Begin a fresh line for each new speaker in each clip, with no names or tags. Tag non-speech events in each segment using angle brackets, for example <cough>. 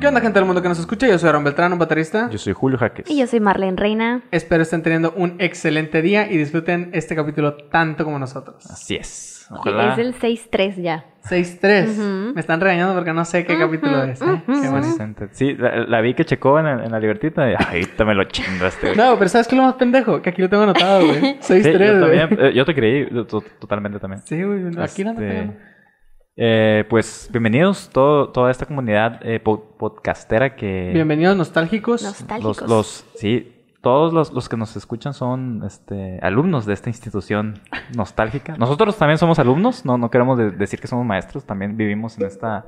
¿Qué onda, gente del mundo que nos escucha? Yo soy Aaron Beltrán, un baterista.
Yo soy Julio Jaques.
Y yo soy Marlene Reina.
Espero estén teniendo un excelente día y disfruten este capítulo tanto como nosotros.
Así es. Ojalá.
Es el 6-3 ya.
6-3.
Ujú.
Me están regañando porque no sé qué
Ujú,
capítulo es. ¿eh?
ujú.
Qué bueno.
Sí, la, la vi que checó en, en la libertita. y, Ay, te me lo chingaste.
<laughs>
güey.
No, pero ¿sabes qué es lo más pendejo? Que aquí lo tengo anotado,
<laughs>
güey.
Sí, yo,
6-3,
también,
güey.
eh, yo te creí to- to- totalmente también.
Sí, güey. Aquí lo
Este,
tengo.
eh, pues bienvenidos todo, toda esta comunidad eh, po- podcastera que
Bienvenidos nostálgicos.
Nostálgicos.
los, los sí todos los, los que nos escuchan son este, alumnos de esta institución nostálgica. Nosotros también somos alumnos, no, no queremos de- decir que somos maestros, también vivimos en esta,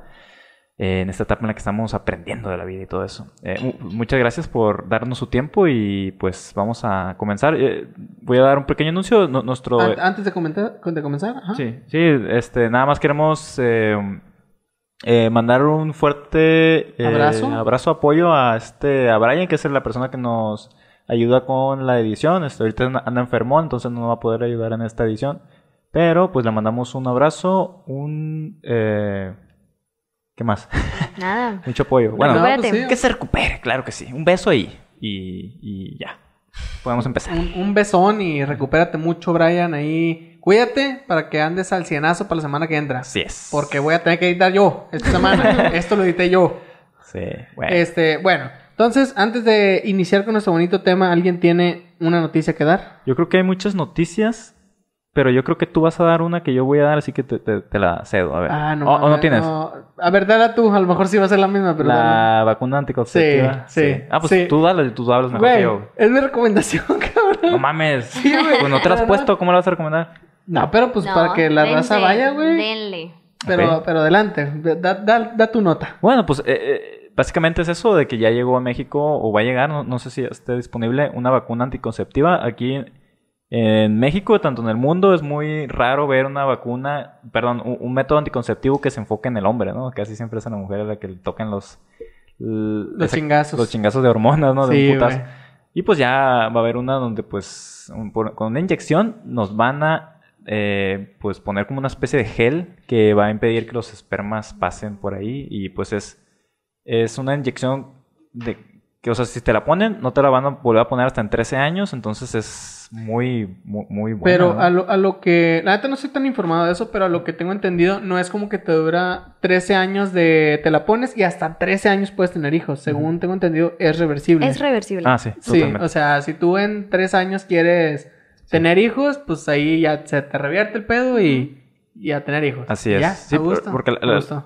eh, en esta etapa en la que estamos aprendiendo de la vida y todo eso. Eh, mu- muchas gracias por darnos su tiempo y pues vamos a comenzar. Eh, voy a dar un pequeño anuncio. No- nuestro,
An- antes de, comentar, de comenzar, ajá.
Sí, sí, este, nada más queremos eh, eh, mandar un fuerte eh,
Abrazo.
abrazo, apoyo a este, a Brian, que es la persona que nos ayuda con la edición. Este, ahorita anda- anda enfermo, entonces no va a poder ayudar en esta edición. Pero pues le mandamos un abrazo, un eh, ¿qué más? <laughs>
Nada.
Mucho apoyo.
Bueno,
Bueno,
no,
espérate.
pues sí.
que se recupere, claro que sí. Un beso ahí. Y, y ya. Podemos empezar.
un, un besón y recupérate mucho, Brian, ahí. Cuídate para que andes al cienazo para la semana que entra.
Así es.
Porque voy a tener que editar yo esta
<laughs>
semana. Esto lo edité yo.
Sí, bueno.
Este, bueno. Entonces, antes de iniciar con nuestro bonito tema, ¿alguien tiene una noticia que dar?
Yo creo que hay muchas noticias, pero yo creo que tú vas a dar una que yo voy a dar, así que te, te- te la cedo. A ver. Pues, o, o no
Ah, mames,
tienes.
no. A ver, dala tú. A lo mejor sí va a ser la misma, pero... dala.
La vacuna anticonceptiva.
Sí, sí,
Ah, pues
sí.
tú dale, tú hablas mejor que
Güey,
yo. güey.
es mi recomendación, <laughs> cabrón.
No
<laughs>
mames.
güey.
Pues no te la has
No, no.
puesto, ¿cómo la vas a recomendar?
No, pero <laughs> pues para
No,
que la
dense,
raza vaya, güey.
Denle.
Pero,
Ok.
pero adelante. Da, da- da tu nota.
Bueno, pues eh, eh, básicamente es eso de que ya llegó a México o va a llegar, no, no sé si esté disponible una vacuna anticonceptiva aquí en, en México, tanto en el mundo, es muy raro ver una vacuna, perdón, un, un método anticonceptivo que se enfoque en el hombre, ¿no? Casi siempre es a la mujer a la que le tocan los...
Los chingazos.
Los chingazos de hormonas, ¿no? De
Sí,
un putazo.
güey.
Y pues ya va a haber una donde pues un- por- con una inyección nos van a eh, pues poner como una especie de gel que va a impedir que los espermas pasen por ahí y pues es, es una inyección de que o sea si te la ponen no te la van a volver a poner hasta en 13 años entonces es muy muy, muy buena.
Pero
¿no?
a lo, a lo que. La neta no soy tan informado de eso, pero a lo que tengo entendido, no es como que te dura 13 años de. Te la pones y hasta 13 años puedes tener hijos. Según tengo entendido, es reversible.
Es reversible.
Ah, sí,
Sí,
totalmente.
o sea, si tú en 3 años quieres tener hijos, pues ahí ya se te revierte el pedo y. Y a tener hijos.
Así es.
Ya,
Sí,
a gusto,
porque la-
a
la-
gusto.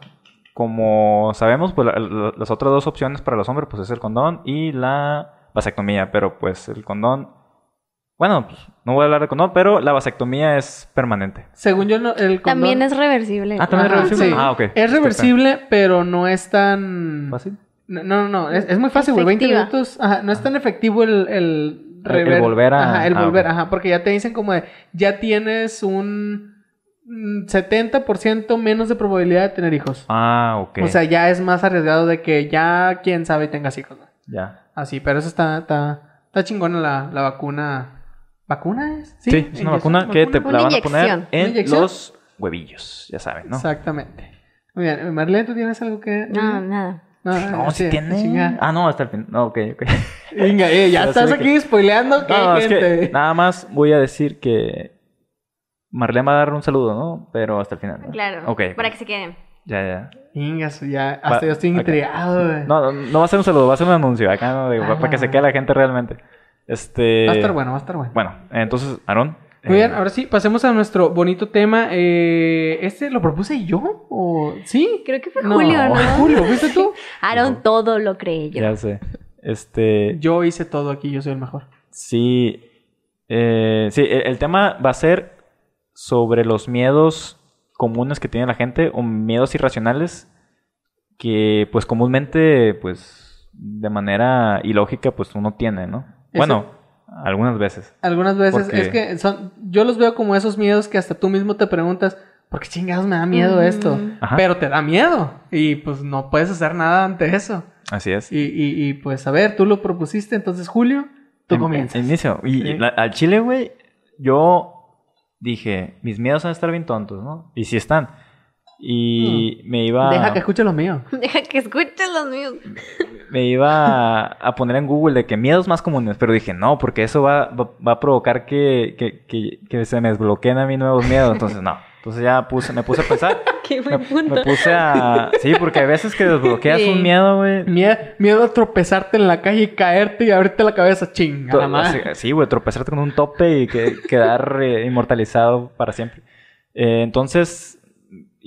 como sabemos, pues la- la- las otras dos opciones para los hombres, pues es el condón y la vasectomía. Pero pues el condón, bueno, pues, no voy a hablar de condón, pero la vasectomía es permanente.
Según yo, no- el condón.
También es reversible.
Ah, también es
Ajá,
reversible.
sí.
Ah, ok.
Es reversible, pero no es tan.
Fácil.
No, no, no, es, es muy fácil, güey. 20
Efectiva.
minutos. Ajá, no es tan efectivo el, el,
El- el volver a-
Ajá, el
ah,
volver,
ok.
ajá. Porque ya te dicen como de, ya tienes un mm, 70% menos de probabilidad de tener hijos.
Ah, ok.
O sea, ya es más arriesgado de que ya, quién sabe, tengas hijos. güey.
ya.
Así, pero eso está, está, está chingona la, la vacuna. ¿Vacuna es?
Sí, es una
inyección,
vacuna que te
Una
la van a
inyección.
poner en
¿Una inyección?
los huevillos, ya saben, ¿no?
Exactamente. Muy bien. Marlene, ¿tú tienes algo que...?
No, nada.
no,
No, si
sí,
tiene.
chinga.
Ah, no, hasta el final. No, ok, ok.
Venga, eh, ya
Pero
estás
sí que-
aquí spoileando que
<laughs> No, no,
hay
es que
gente.
nada más voy a decir que Marlene va a dar un saludo, ¿no? Pero hasta el final. ¿no?
Claro.
Ok. ok.
Para que se queden.
Ya, ya.
Ingas, ya, hasta
Va-
yo estoy
acá.
intrigado, güey.
No, no, no va a ser un saludo, va a ser un anuncio. Acá no digo,
Ah.
para que se quede la gente realmente. Este.
Va a estar bueno, va a estar bueno.
Bueno, entonces, Aarón.
Muy
eh,
bien, ahora sí, pasemos a nuestro bonito tema. Eh, ¿Este lo propuse yo? ¿O sí?
Creo que fue
No,
Julio, ¿no?
<laughs>
Julio, ¿fuiste tú?
Aaron todo lo cree yo.
Ya sé. Este.
Yo hice todo aquí, yo soy el mejor.
Sí. eh, sí, el, el tema va a ser sobre los miedos comunes que tiene la gente o miedos irracionales que, pues, comúnmente, pues, de manera ilógica, pues, uno tiene, ¿no?
Ese-
Bueno, algunas veces.
Algunas veces
Porque-
es que son, yo los veo como esos miedos que hasta tú mismo te preguntas, ¿por qué chingados me da miedo esto?
Mm.
Ajá.
Pero te da miedo y pues no puedes hacer nada ante eso.
Así es.
Y, y, y, pues a ver, tú lo propusiste, entonces Julio, tú
Em-
comienzas.
Inicio. Y
Sí.
y la- al chile, güey, yo dije, mis miedos van a estar bien tontos, ¿no? Y si están. Y me iba,
Mm. Deja que escuche lo mío. <laughs>
Deja que escuchen los míos.
me iba a poner en Google de que miedos más comunes, pero dije, no, porque eso va, va, va a provocar que, que, que- que se me desbloqueen a mí nuevos miedos. Entonces, no. Entonces ya puse, me puse a pensar.
Qué
Me,
<laughs> buen punto.
me puse a... Sí, porque a veces que desbloqueas
Sí.
un miedo, güey,
Miedo, miedo a tropezarte en la calle y caerte y abrirte la cabeza. Chinga,
To-
la madre.
así- Sí, güey, tropezarte con un tope y que- quedar eh, inmortalizado para siempre. Eh, entonces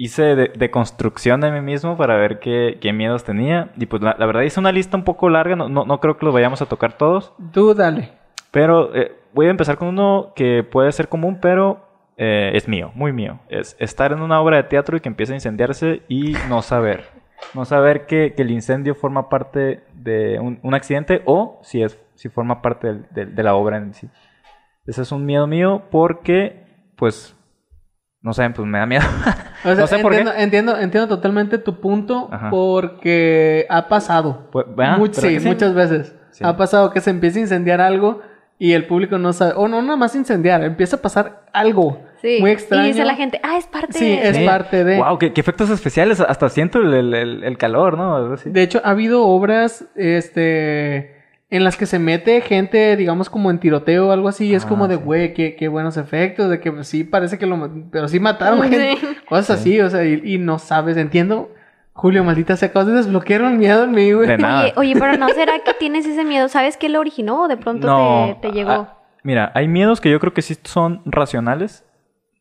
hice de- deconstrucción de mí mismo para ver qué, qué miedos tenía. Y pues la, la verdad hice una lista un poco larga, no, no, no creo que los vayamos a tocar todos.
Tú dale.
Pero eh, voy a empezar con uno que puede ser común, pero eh, es mío, muy mío. Es estar en una obra de teatro y que empiece a incendiarse y no saber. No saber que, que el incendio forma parte de un, un accidente o si, es, si forma parte del- del- de la obra en sí. Ese es un miedo mío porque, pues, no saben, pues me da miedo. <laughs>
O sea,
No sé por
entiendo, entiendo, entiendo totalmente tu punto
Ajá.
porque ha pasado.
Pues, ah,
Much-
¿verdad
sí,
que sí?
muchas veces.
Sí.
Ha pasado que se empieza a incendiar algo y el público no sabe. O no, nada más incendiar, empieza a pasar algo
Sí.
muy extraño.
Y dice la gente, ah, es parte
Sí,
de...
es parte de-
Wow, qué, qué efectos especiales. Hasta siento el, el- el- el calor, ¿no? Algo así.
De hecho, ha habido obras este, en las que se mete gente, digamos, como en tiroteo o algo así. Y es
Ah,
como de,
sí.
güey, qué, qué buenos efectos. De que pues, sí parece que lo... ma- Pero sí mataron
Sí.
gente.
<laughs>
Cosas
Sí.
así, o sea, y, y no sabes. Entiendo, Julio, maldita sea, acabas de desbloquear un miedo en mí, güey.
De nada.
Oye, oye, pero no será que tienes ese miedo. ¿Sabes qué lo originó o de pronto
No,
te, te llegó?
ah, mira, hay miedos que yo creo que sí son racionales.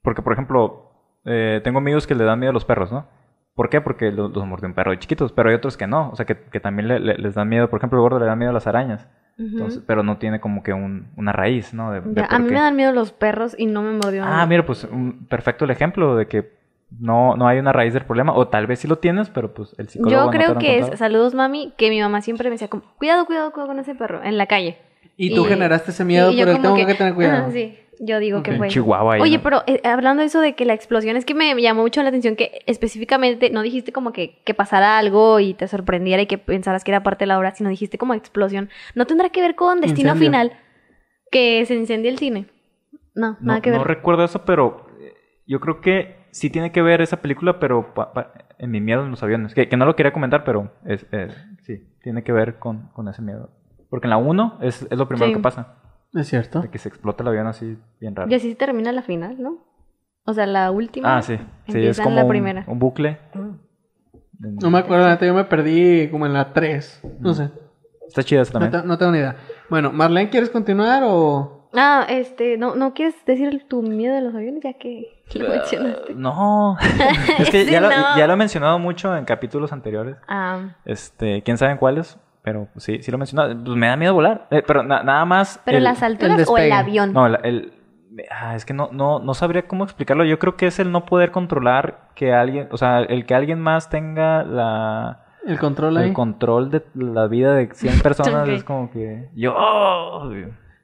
Porque, por ejemplo, eh, tengo amigos que le dan miedo a los perros, ¿no? ¿Por qué? Porque lo- los, mordió un perro de chiquitos, pero hay otros que no. O sea, que, que también le- le- les dan miedo. Por ejemplo, el gordo le da miedo a las arañas.
Ujú.
Entonces, Pero no tiene como que un- una raíz, ¿no? De- de
Ya, a
por
mí
qué.
me dan miedo los perros y no me mordió.
Ah,
nada.
mira, pues un perfecto el ejemplo de que no, no hay una raíz del problema. O tal vez sí lo tienes, pero pues el psicólogo
Yo
no te
creo
lo ha
que es,
encontrado.
saludos mami, que mi mamá siempre me decía como, cuidado, cuidado, cuidado con ese perro en la calle.
Y tú
Y-
generaste ese miedo,
Sí, y yo
pero
como
tengo que, tener Ah, cuidado.
Ajá, <laughs> sí, yo digo
Ok.
que fue.
En Chihuahua. ahí,
Oye,
¿no?
pero eh, hablando de eso de que la explosión, es que me llamó mucho la atención que específicamente no dijiste como que, que pasara algo y te sorprendiera y que pensaras que era parte de la obra, sino dijiste como explosión. ¿No tendrá que ver con Destino
Incendio.
Final? Que se incendie el cine. No,
No,
nada que ver.
no recuerdo eso, pero eh, yo creo que sí tiene que ver esa película, pero pa- pa- en mi miedo en los aviones. Que, que no lo quería comentar, pero es, eh, sí, tiene que ver con, con ese miedo. Porque en la 1 es, es lo primero
Sí.
que pasa,
Es cierto.
de que se explota el avión así bien raro.
y así se termina la final, ¿no? O sea, la última.
Ah, sí, sí, es
Empieza en
como
la
un-
primera.
Un, bucle. En-
Mm. No me acuerdo, la neta, yo me perdí como en la 3. No sé.
Está chida esa
No,
Mm, también.
te- no tengo ni idea. Bueno, Marlene, ¿quieres continuar o...?
Ah, este, no, ¿no quieres decir el- tu miedo de los aviones ya que
<laughs>
lo mencionaste?
No, <laughs> es que
<laughs> Sí,
ya, lo,
no.
ya lo he mencionado mucho en capítulos anteriores.
Ah,
Este, quién sabe en cuáles, pero sí, sí lo he mencionado. Pues me da miedo volar, eh, pero na- nada más.
pero
el-
las alturas o el
despegue.
avión.
No, la- el, ah, es que no, no, no sabría cómo explicarlo. Yo creo que es el no poder controlar que alguien, o sea, el que alguien más tenga la,
El control ahí.
el control de la vida de
<laughs>
100 personas
Ok. Ah,
es como que yo...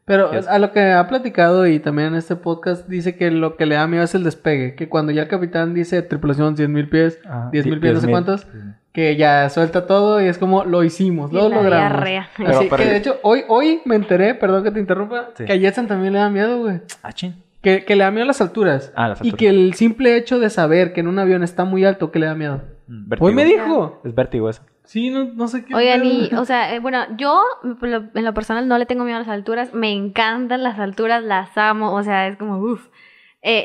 Pero
Yes.
a lo que ha platicado y también en este podcast dice que lo que le da miedo es el despegue. Que cuando ya el capitán dice tripulación 100.000 pies,
Ah,
10.000 pies, no sé
10,000.
cuántos, que ya suelta todo y es como lo hicimos,
Y
lo
la
logramos.
diarrea.
Así
<laughs>
Pero- pero-
que de hecho, hoy, hoy me enteré, perdón que te interrumpa,
Sí.
que a Jetson también le da miedo, güey.
Ah, chin.
Que, que le da miedo las alturas.
Ah, las
Y
alturas.
que el simple hecho de saber que en un avión está muy alto, que le da miedo.
Mm, vértigo.
Hoy me dijo.
Es vértigo eso.
Sí, no, no sé qué.
Oigan, y,
pedo.
o sea, eh, bueno, yo por lo- en lo personal no le tengo miedo a las alturas, me encantan las alturas, las amo, o sea, es como, uff.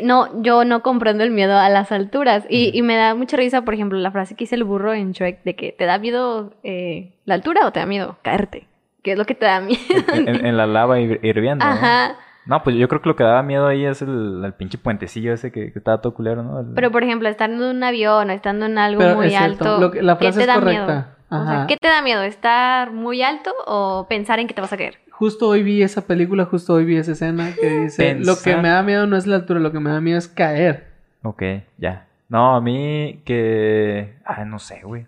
no, yo no comprendo el miedo a las alturas y, y me da mucha risa, por ejemplo, la frase que hice el burro en Shrek de que te da miedo eh, la altura o te da miedo caerte, que es lo que te
<laughs>
da miedo.
En, en la lava hir- hirviendo. ¿no?
Ajá.
¿no? pues yo creo que lo que daba miedo ahí es el, el pinche puentecillo ese que, que estaba todo culero, ¿no? El-
Pero por ejemplo, estando en un avión o estando en algo
Pero
muy
es cierto,
alto,
lo que- la frase
¿qué te
es
da
correcta.
miedo? O sea,
Ajá.
¿qué te da miedo? ¿Estar muy alto o pensar en que te vas a caer?
Justo hoy vi esa película, justo hoy vi esa escena
<gasps>
que dice,
Pensar.
lo que me da miedo no es la altura, lo que me da miedo es caer.
Ok, ya. No, a mí que... Ah, no sé, güey.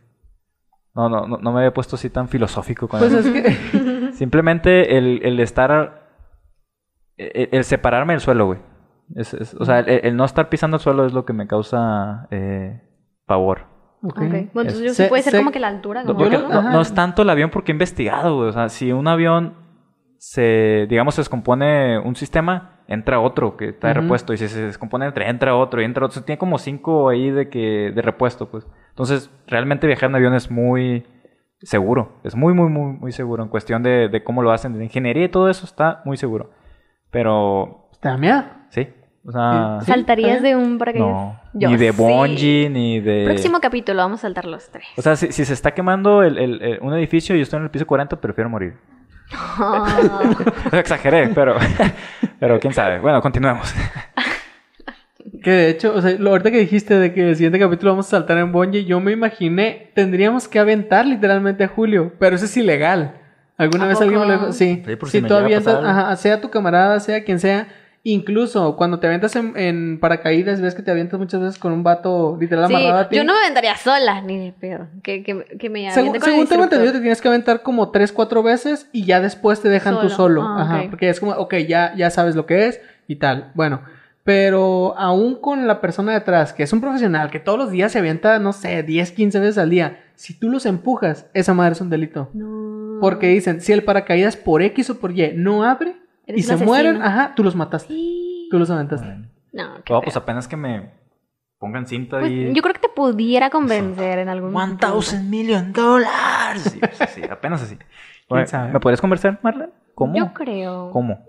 No, no, no, no me había puesto así tan filosófico con
Pues
eso.
es
<laughs>
que
Simplemente el, el estar... El, el separarme del suelo, güey. Es- es- o sea, el, el no estar pisando el suelo es lo que me causa eh, pavor.
<laughs> Ok.
Ok. Bueno, entonces
Sé-
sí puede ser
sé-
como que la altura.
No,
como
porque
yo
no-
todo, Ah,
Ah,
¿no?
ajá.
no es tanto el avión porque he investigado, güey. O sea, si un avión se, digamos, se descompone un sistema, entra otro que está de
Ujú.
repuesto. Y si se descompone el tren, entra otro y entra otro. Tiene como cinco ahí de que de repuesto, pues. Entonces, realmente viajar en avión es muy seguro. Es muy, muy, muy, muy seguro. En cuestión de, de cómo lo hacen, de ingeniería y todo eso está muy seguro. Pero,
¿Te da miedo?
sí. O sea,
Sí,
¿Saltarías
está
de un paracaídas?
no. eh.
Yo
ni de
sí.
bungee, ni de...
Próximo capítulo, vamos a saltar los
<laughs>
tres.
O sea, si, si se está quemando el- el- el- un edificio y yo estoy en el piso 40, prefiero morir. <laughs> Exageré, pero, <laughs> pero quién sabe. Bueno,
<laughs>
continuemos.
Que de hecho, o sea, lo ahorita que dijiste de que el siguiente capítulo vamos a saltar en Bonji, yo me imaginé, tendríamos que aventar literalmente a Julio, pero eso es ilegal. ¿Alguna
¿A
vez alguien me lo
poco?
dijo? Sí,
Sí, por si
si
me
tú
llega a
avientas,
pasar.
ajá, sea tu camarada, sea quien sea, incluso cuando te aventas en, en paracaídas, ves que te avientas muchas veces con un vato literal
Sí,
amarrado a ti.
yo no me aventaría sola, ni de pedo. Que, que, que me aviente
Según,
con
según
el
tengo
instructor.
entendido, te tienes que aventar como 3, 4 veces y ya después te dejan tú
Solo.
solo.
Ah,
Ajá,
ok.
porque es como, ok, ya, ya sabes lo que es y tal. Bueno, pero aún con la persona detrás, que es un profesional, que todos los días se avienta, no sé, 10, 15 veces al día, si tú los empujas, esa madre es un delito.
No.
Porque dicen, si el paracaídas por X o por Y no abre
Eres
y
un
se
asesino.
mueren, ajá, tú los mataste.
Sí.
Tú los aventaste.
No, qué
No,
feo.
pues apenas que me pongan cinta
Pues,
y...
yo creo que te pudiera convencer en algún
One
momento.
thousand million dollars.
Sí, sí, sí, apenas así. Oye,
sabe?
¿Me podrías conversar, Marlon? ¿Cómo?
Yo creo.
¿Cómo?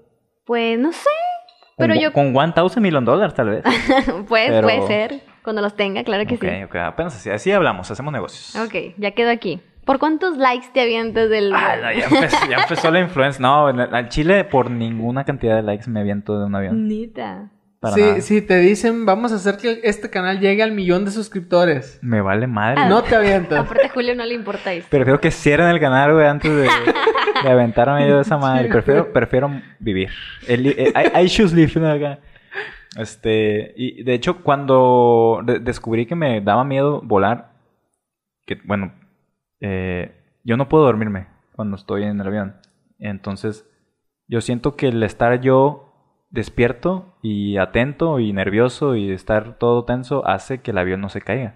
Pues no sé. Pero
con,
yo-
Con 1000 million dollars, tal
<laughs>
vez.
pues,
Pero-
puede ser. Cuando los tenga, claro que
ok, ok, apenas así. Así hablamos, hacemos negocios.
sí. Ok, ya quedó aquí. ¿Por cuántos likes te avientas del.?
Ah, no, ya, empezó, ya empezó la influencia. No, en- al Chile por ninguna cantidad de likes me aviento de un avión.
Neta.
Para
Si,
nada.
si te dicen, vamos a hacer que este canal llegue al millón de suscriptores,
Me vale
Ah.
madre.
no te
<laughs>
avientas.
Aparte, a Julio no le importa eso.
Prefiero que cierren el canal, güey, antes de, de aventarme yo de esa madre. Prefiero, prefiero vivir. El, li- eh, I, I choose live, ¿no? Acá. Este, y de hecho, cuando de- descubrí que me daba miedo volar, que, bueno, eh, yo no puedo dormirme cuando estoy en el avión. Entonces, yo siento que el estar yo despierto y atento y nervioso y estar todo tenso hace que el avión no se caiga.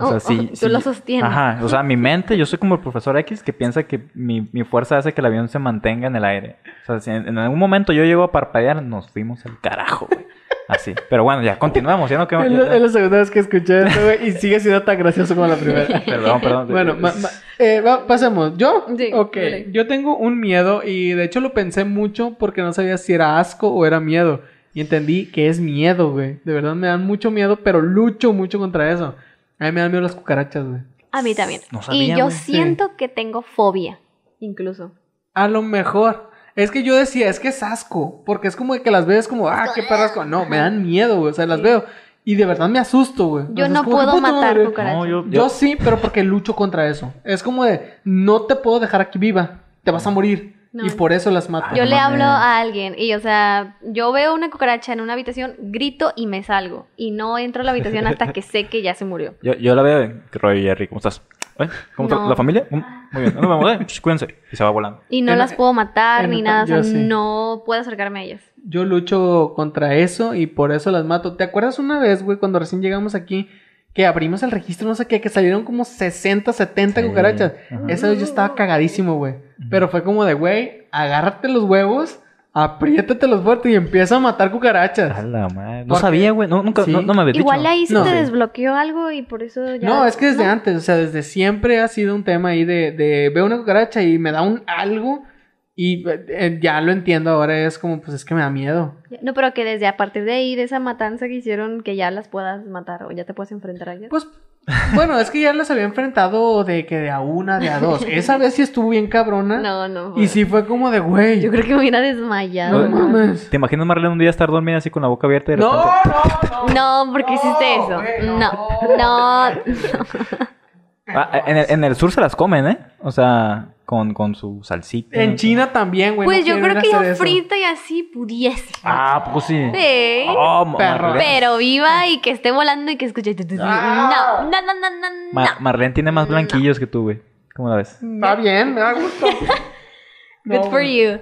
O sea,
Oh,
sí-
oh, tú
sí-
lo sostienes.
Ajá, o sea, mi mente, yo soy como el profesor X que piensa que mi, mi fuerza hace que el avión se mantenga en el aire. O sea, si en, en algún momento yo llego a parpadear, nos fuimos al carajo, güey. Así. Pero bueno, ya continuamos, ya no quedamos.
Es la, es la segunda vez que escuché esto, güey, y sigue siendo tan gracioso como la <laughs> primera.
Perdón, perdón.
Bueno, ma- ma- eh, va- pasemos. ¿Yo?
Sí,
ok.
dale.
Yo tengo un miedo y de hecho lo pensé mucho porque no sabía si era asco o era miedo. Y entendí que es miedo, güey. De verdad me dan mucho miedo, pero lucho mucho contra eso. A mí me dan miedo las cucarachas, güey.
A mí también.
No sabía,
y yo
güey.
siento que tengo fobia, incluso.
A lo mejor. Es que yo decía, es que es asco. Porque es como de que las ves como, ah, qué perrasco. No, me dan miedo, güey. O sea, las veo. Y de verdad me asusto, güey. O sea,
Yo
es
no
como, ¿qué
puedo
puta
matar
madre?
cucarachas.
No, yo,
Yo sí, pero porque lucho contra eso. Es como de, no te puedo dejar aquí viva, te vas a morir.
No.
Y por eso las mato.
Ah,
Yo
no
le
mames.
hablo a alguien y, o sea, yo veo una cucaracha en una habitación, grito y me salgo. Y no entro a la habitación hasta que sé que ya se murió.
yo, yo la veo en Roy y Jerry, ¿cómo estás? ¿Eh? ¿Cómo está
No.
la familia? Mm, Muy bien, nos vemos, eh. Ch, Cuídense. Y se va volando.
Y no
En-
las puedo matar
en-
ni nada, o sea,
yo sí.
no puedo acercarme a ellas.
Yo lucho contra eso y por eso las mato. ¿Te acuerdas una vez, güey, cuando recién llegamos aquí, que abrimos el registro, no sé qué, que salieron como 60, 70
Sí,
cucarachas?
ajá.
Esa vez yo estaba cagadísimo, güey. Pero fue como de, güey, agárrate los huevos, apriétatelos fuerte y empieza a matar cucarachas.
A la madre. No
Porque-
sabía, güey. No, nunca,
Sí.
no, no me habías
Igual
dicho.
ahí se
No.
te
Sí.
desbloqueó algo y por eso ya...
No, es que desde antes, o sea, desde siempre ha sido un tema ahí de, de veo una cucaracha y me da un algo y eh, eh, ya lo entiendo ahora, es como, pues es que me da miedo.
No, pero que desde a partir de ahí, de esa matanza que hicieron, que ya las puedas matar o ya te puedes enfrentar a ellas. <laughs>
Pues, bueno, es que ya las había enfrentado de que de a una, de a dos.
<laughs>
Esa vez sí estuvo bien cabrona.
No, no.
y sí fue como de, güey,
Yo creo que me hubiera
no
desmayado.
mames.
¿Te imaginas, Marlene, un día estar dormida así con la boca abierta y de
No,
repente...
no, no.
No, porque hiciste eso.
güey,
No,
no.
no.
Ah, en, el, en el sur se las comen, ¿eh? O sea, con, con su salsita.
En China también, güey.
Pues
no
yo
quiero
creo que
ir a
yo
hacer eso.
frita y así pudiese.
Ah, pues sí.
Sí.
Oh, ma-
Perro.
Marlene.
Pero viva y que esté volando y que escuche. tu, tu, tu.
Ah.
No, no, no, no, no.
Ma- Marlene tiene más blanquillos que tú, güey. ¿Cómo la ves?
<laughs>
Está bien, me da gusto.
Good for you.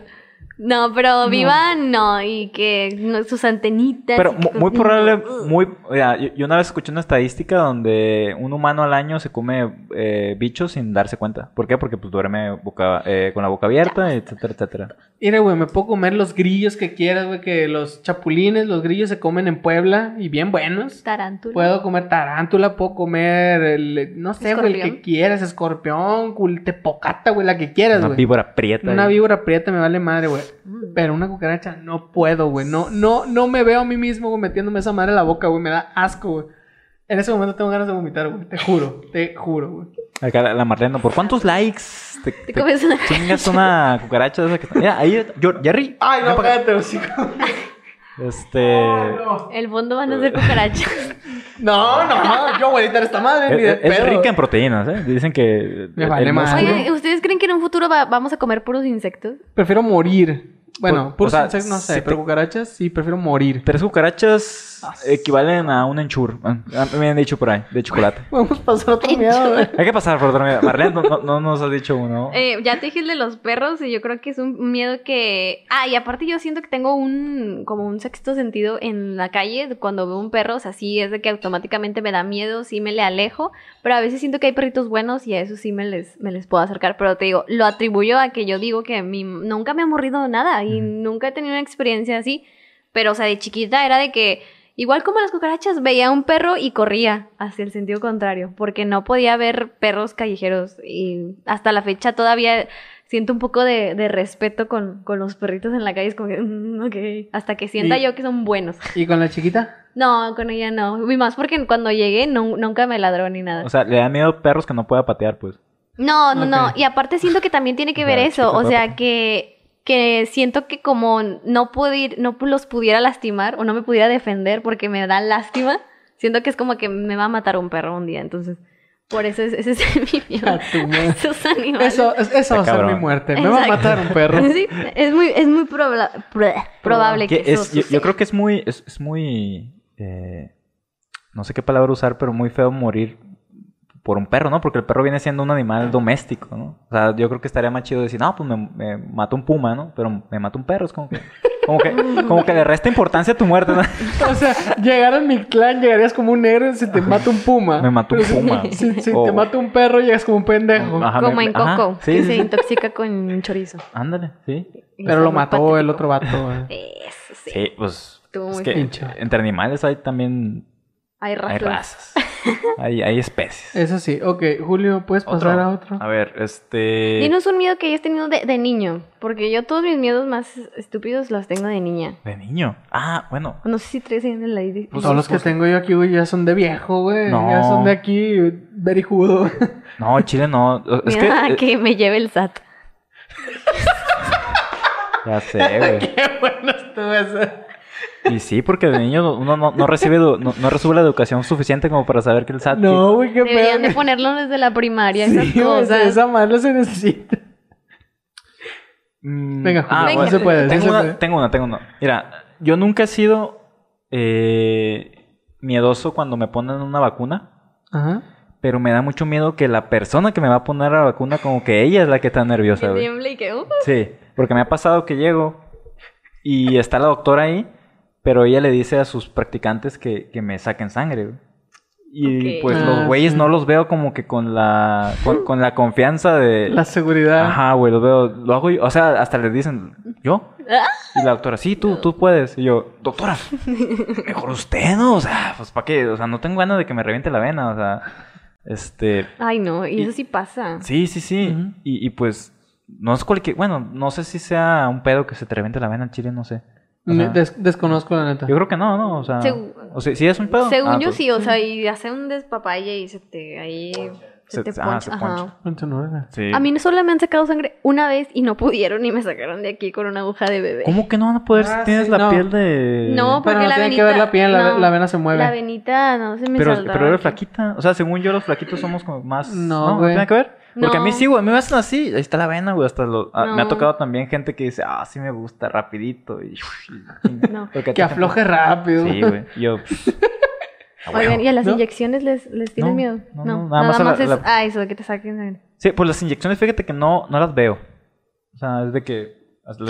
No, pero viva no, y que no- sus antenitas.
Pero
y
mu-
que-
muy probable,
no.
muy... o sea, yo, yo una vez escuché una estadística donde un humano al año se come eh, bichos sin darse cuenta. ¿Por qué? Porque pues duerme boca- eh, con la boca abierta, etcétera, etcétera.
Mira, güey, me puedo comer los grillos que quieras, güey, que los chapulines, los grillos se comen en Puebla y bien buenos.
Tarántula.
Puedo comer tarántula, puedo comer, el, no sé, güey, el que
Escorpión.
quieras, escorpión, cul- tepocata, güey, la que quieras,
Una
güey.
víbora prieta.
Una
ahí.
víbora prieta me vale madre, güey.
Mm.
Pero una cucaracha no puedo, güey. No, no, no me veo a mí mismo, güey, metiéndome esa madre a la boca, güey. Me da asco, güey. En ese momento tengo ganas de vomitar, güey. Te juro, te juro, güey.
Acá la, la Marlena, ¿por cuántos likes te,
Te
te
comes una-
chingas una cucaracha de esa que está? Mira, ahí, yo, Jerry.
Ay,
ven
no,
para acá.
cállate, hocico.
Este...
El fondo van a ser cucarachas.
No, no, yo voy a editar esta madre, ni de
Es, eh, es
pedo.
rica en proteínas, ¿eh? Dicen que...
Me
el-
vale
el
madre.
músculo-
Oye,
Oigan, ¿ustedes creen que en un futuro va- vamos a comer puros insectos?
Prefiero morir. Bueno,
Pues,
puros
o sea,
insectos no sé,
si
pero
te-
cucarachas sí, prefiero <laughs> morir.
Tres cucarachas
Ah,
equivalen a un enchur. Ah, Me han dicho por ahí,
<laughs>
de chocolate.
Vamos a pasar otro miedo, ¿eh? güey.
Hay que pasar por otra miedo. Marlene, no, no- no nos has dicho uno.
Eh, ya te dije el de los perros y yo creo que es un miedo que... Ah, y aparte yo siento que tengo un... como un sexto sentido en la calle de cuando veo un perro, o sea, sí es de que automáticamente me da miedo, sí me le alejo, pero a veces siento que hay perritos buenos y a eso sí me les, me les puedo acercar, pero te digo, lo atribuyo a que yo digo que mi, nunca me ha morrido nada y
Ujú.
nunca he tenido una experiencia así, pero o sea, de chiquita era de que... Igual como las cucarachas, veía un perro y corría hacia el sentido contrario, porque no podía ver perros callejeros y hasta la fecha todavía siento un poco de, de respeto con, con los perritos en la calle, es como que, "Mm, ok", hasta que sienta
Y-
yo que son buenos.
¿Y con la chiquita?
No, con ella no, y más porque cuando llegué nu- nunca me ladró ni nada.
O sea, le da miedo perros que no pueda patear, pues.
No, no, no.
Ok.
Y aparte siento que también tiene que
O
ver
sea,
eso.
chiquita
O sea,
papa.
que, que siento que como no, pudir, no pu- los pudiera lastimar o no me pudiera defender porque me da lástima, siento que es como que me va a matar un perro un día. Entonces, por eso es- ese es <laughs> mi
<laughs>
miedo.
A tu madre.
a Esos animales.
Eso, es- eso va a ser
cabrón.
mi muerte. Me va a
Exacto.
matar un perro.
Sí, es muy, es muy probla- proba- probable que,
Que
eso
es- yo, yo
suceda.
creo que es muy... Es, es muy... eh, no sé qué palabra usar, pero muy feo morir por un perro, ¿no? Porque el perro viene siendo un animal doméstico, ¿no? O sea, yo creo que estaría más chido decir, no, pues me, me mató un puma, ¿no? Pero me mató un perro, es como que... Como que, como que le resta importancia a tu muerte, ¿no?
O sea, llegar a mi clan llegarías como un héroe si te mata un puma.
Me mató un
Ah, Pero si-
puma.
Si, si
O-
te mata un perro, llegas como un pendejo.
Ajá,
Como
me-
en
ajá,
Coco,
sí,
que
sí,
se
sí.
intoxica con chorizo.
Ándale, sí.
Pero lo
Está muy
mató el
patético.
otro vato. ¿eh? güey. <laughs>
Eso sí.
Sí, pues.
Estuvo
es
muy
que
pinche.
entre animales hay también.
Hay razas.
Hay razas. hay, hay
<laughs>
especies.
Eso sí. Ok, Julio, ¿puedes pasar a otro?
A ver, este.
Dinos un miedo que hayas tenido de, de niño, porque yo todos mis miedos más estúpidos los tengo de niña.
De niño. Ah, bueno.
No sé si tres años la idea.
Pues
Todos los que
pues-
tengo yo aquí, güey, ya son de viejo, güey.
No.
Ya son de aquí, <laughs> verijudo.
No, Chile no. o- Es que.
Mira, Ah, <laughs> que,
eh,
me lleve el SAT.
Ya sé, güey.
Qué bueno estuvo eso.
Y sí, porque de niño uno no, no recibe edu- no, no recibe la educación suficiente como para saber que el SAT.
No, güey, qué
Deberían de
pedo.
ponerlo desde la primaria,
Sí,
esas
güey,
cosas.
esa madre se necesita.
Mm,
Venga, Julio,
sí
bueno,
se
puede, sí ah,
Tengo,
se
una,
puede.
tengo una, tengo una. Mira, yo nunca he sido eh, miedoso cuando me ponen una vacuna.
Ajá.
Pero me da mucho miedo que la persona que me va a poner la vacuna, como que ella es la que está nerviosa,
Que
güey.
tiemble y que, uh,
Sí, porque me ha pasado que llego y está la doctora ahí, pero ella le dice a sus practicantes que, que me saquen sangre, güey. Y
Ok.
pues
Ah,
los güeyes
sí.
no los veo como que con la, con, con la confianza de...
La seguridad.
Ajá, güey, los veo, lo hago yo. O sea, hasta les dicen, ¿yo?
ah,
Y la doctora, sí, tú, tú puedes. Y yo, doctora, mejor usted, ¿no? O sea, pues para qué, o sea, no tengo ganas de que me reviente la vena, o sea, este,
Ay, no, y
Y-
eso sí pasa.
Sí, sí, sí.
Ujú.
y, y pues, no es cualquier. Bueno, no sé si sea un pedo que se te reviente la vena al chile, no sé. O sea,
Ne- des- desconozco la neta.
Yo creo que no, ¿no? O sea.
Segu-
o sea, ¿sí es un pedo?
Según
Ah,
yo
pues,
sí, o sea, y hace un despapalle y se te ahí
Se-
se, te
ah,
poncha.
se
ajá.
poncha.
Poncho, no, verga.
sí.
A mí solo me han sacado sangre una vez y no pudieron y me sacaron de aquí con una aguja de bebé.
¿Cómo que no van a poder
Ah,
si tienes
sí,
la
no.
piel de.
No, porque
Pero no
la
tiene
venita,
que ver la piel, la,
no,
la vena se mueve.
La venita no se pues, me
Pero,
saldaba
pero eres
aquí.
flaquita. O sea, según yo, los flaquitos somos como más.
No,
No, no,
güey.
tiene que ver. Porque a mí
No.
sí, güey. A mí me hacen así. Ahí está la vena, güey. Hasta lo- ah, Me ha
No.
tocado también gente que dice, ah, sí me gusta, rapidito. Y, <laughs>
No.
Porque a ti
Que
te-
afloje rápido.
Sí, güey. Y Yo. pues,
<laughs>
"Ah, güey".
Oigan, ¿y a las
¿No?
inyecciones les, les tienen
No,
miedo?
no,
No,
no,
nada, más,
a
es...
la- la-
Ah, eso, que te saquen. sangre.
Sí, pues las inyecciones, fíjate que no, no las veo. O sea, es de que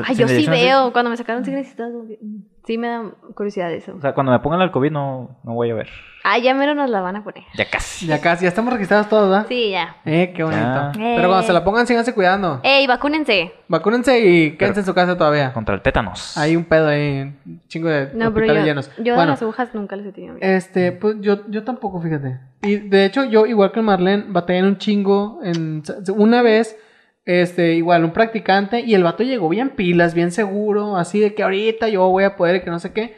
Ay, yo sí veo. Cuando me sacaron sangre, sí estaba como que, mm, sí me da curiosidad eso.
O sea, cuando me pongan el COVID no, no voy a ver.
Ah, ya mero nos la van a poner.
Ya
<laughs>
casi.
Ya casi, ya estamos registrados todos, ¿verdad?
Sí, ya.
Eh, qué bonito.
Ya.
Pero cuando se la pongan, síganse cuidando.
Ey, vacúnense.
Vacúnense y quédense en su casa todavía.
Contra el tétanos.
Hay un pedo ahí, un chingo de
No, pero
hospitales
yo,
llenos.
yo de
bueno,
las agujas nunca les he tenido
Eh,
miedo.
este, pues yo, yo tampoco, fíjate. Y de hecho, yo, igual que el Marlene, batallé en un chingo. En, una vez, este, igual, un practicante, y el vato llegó bien pilas, bien seguro, así de que ahorita yo voy a poder y que no sé qué.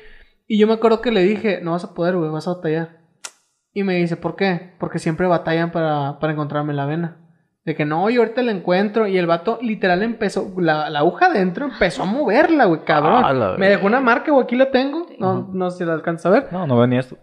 Y yo me acuerdo que le dije, no vas a poder, güey, vas a batallar. Y me dice, ¿por qué? Porque siempre batallan para, para encontrarme la vena. De que no, yo ahorita la encuentro. Y el vato literal empezó, la, la aguja adentro empezó a moverla, güey,
Ah, la
cabrón. Me
verga.
dejó una marca, güey, aquí la tengo. No,
Ajá.
no sé si la alcanza a ver.
No, no veo ni esto.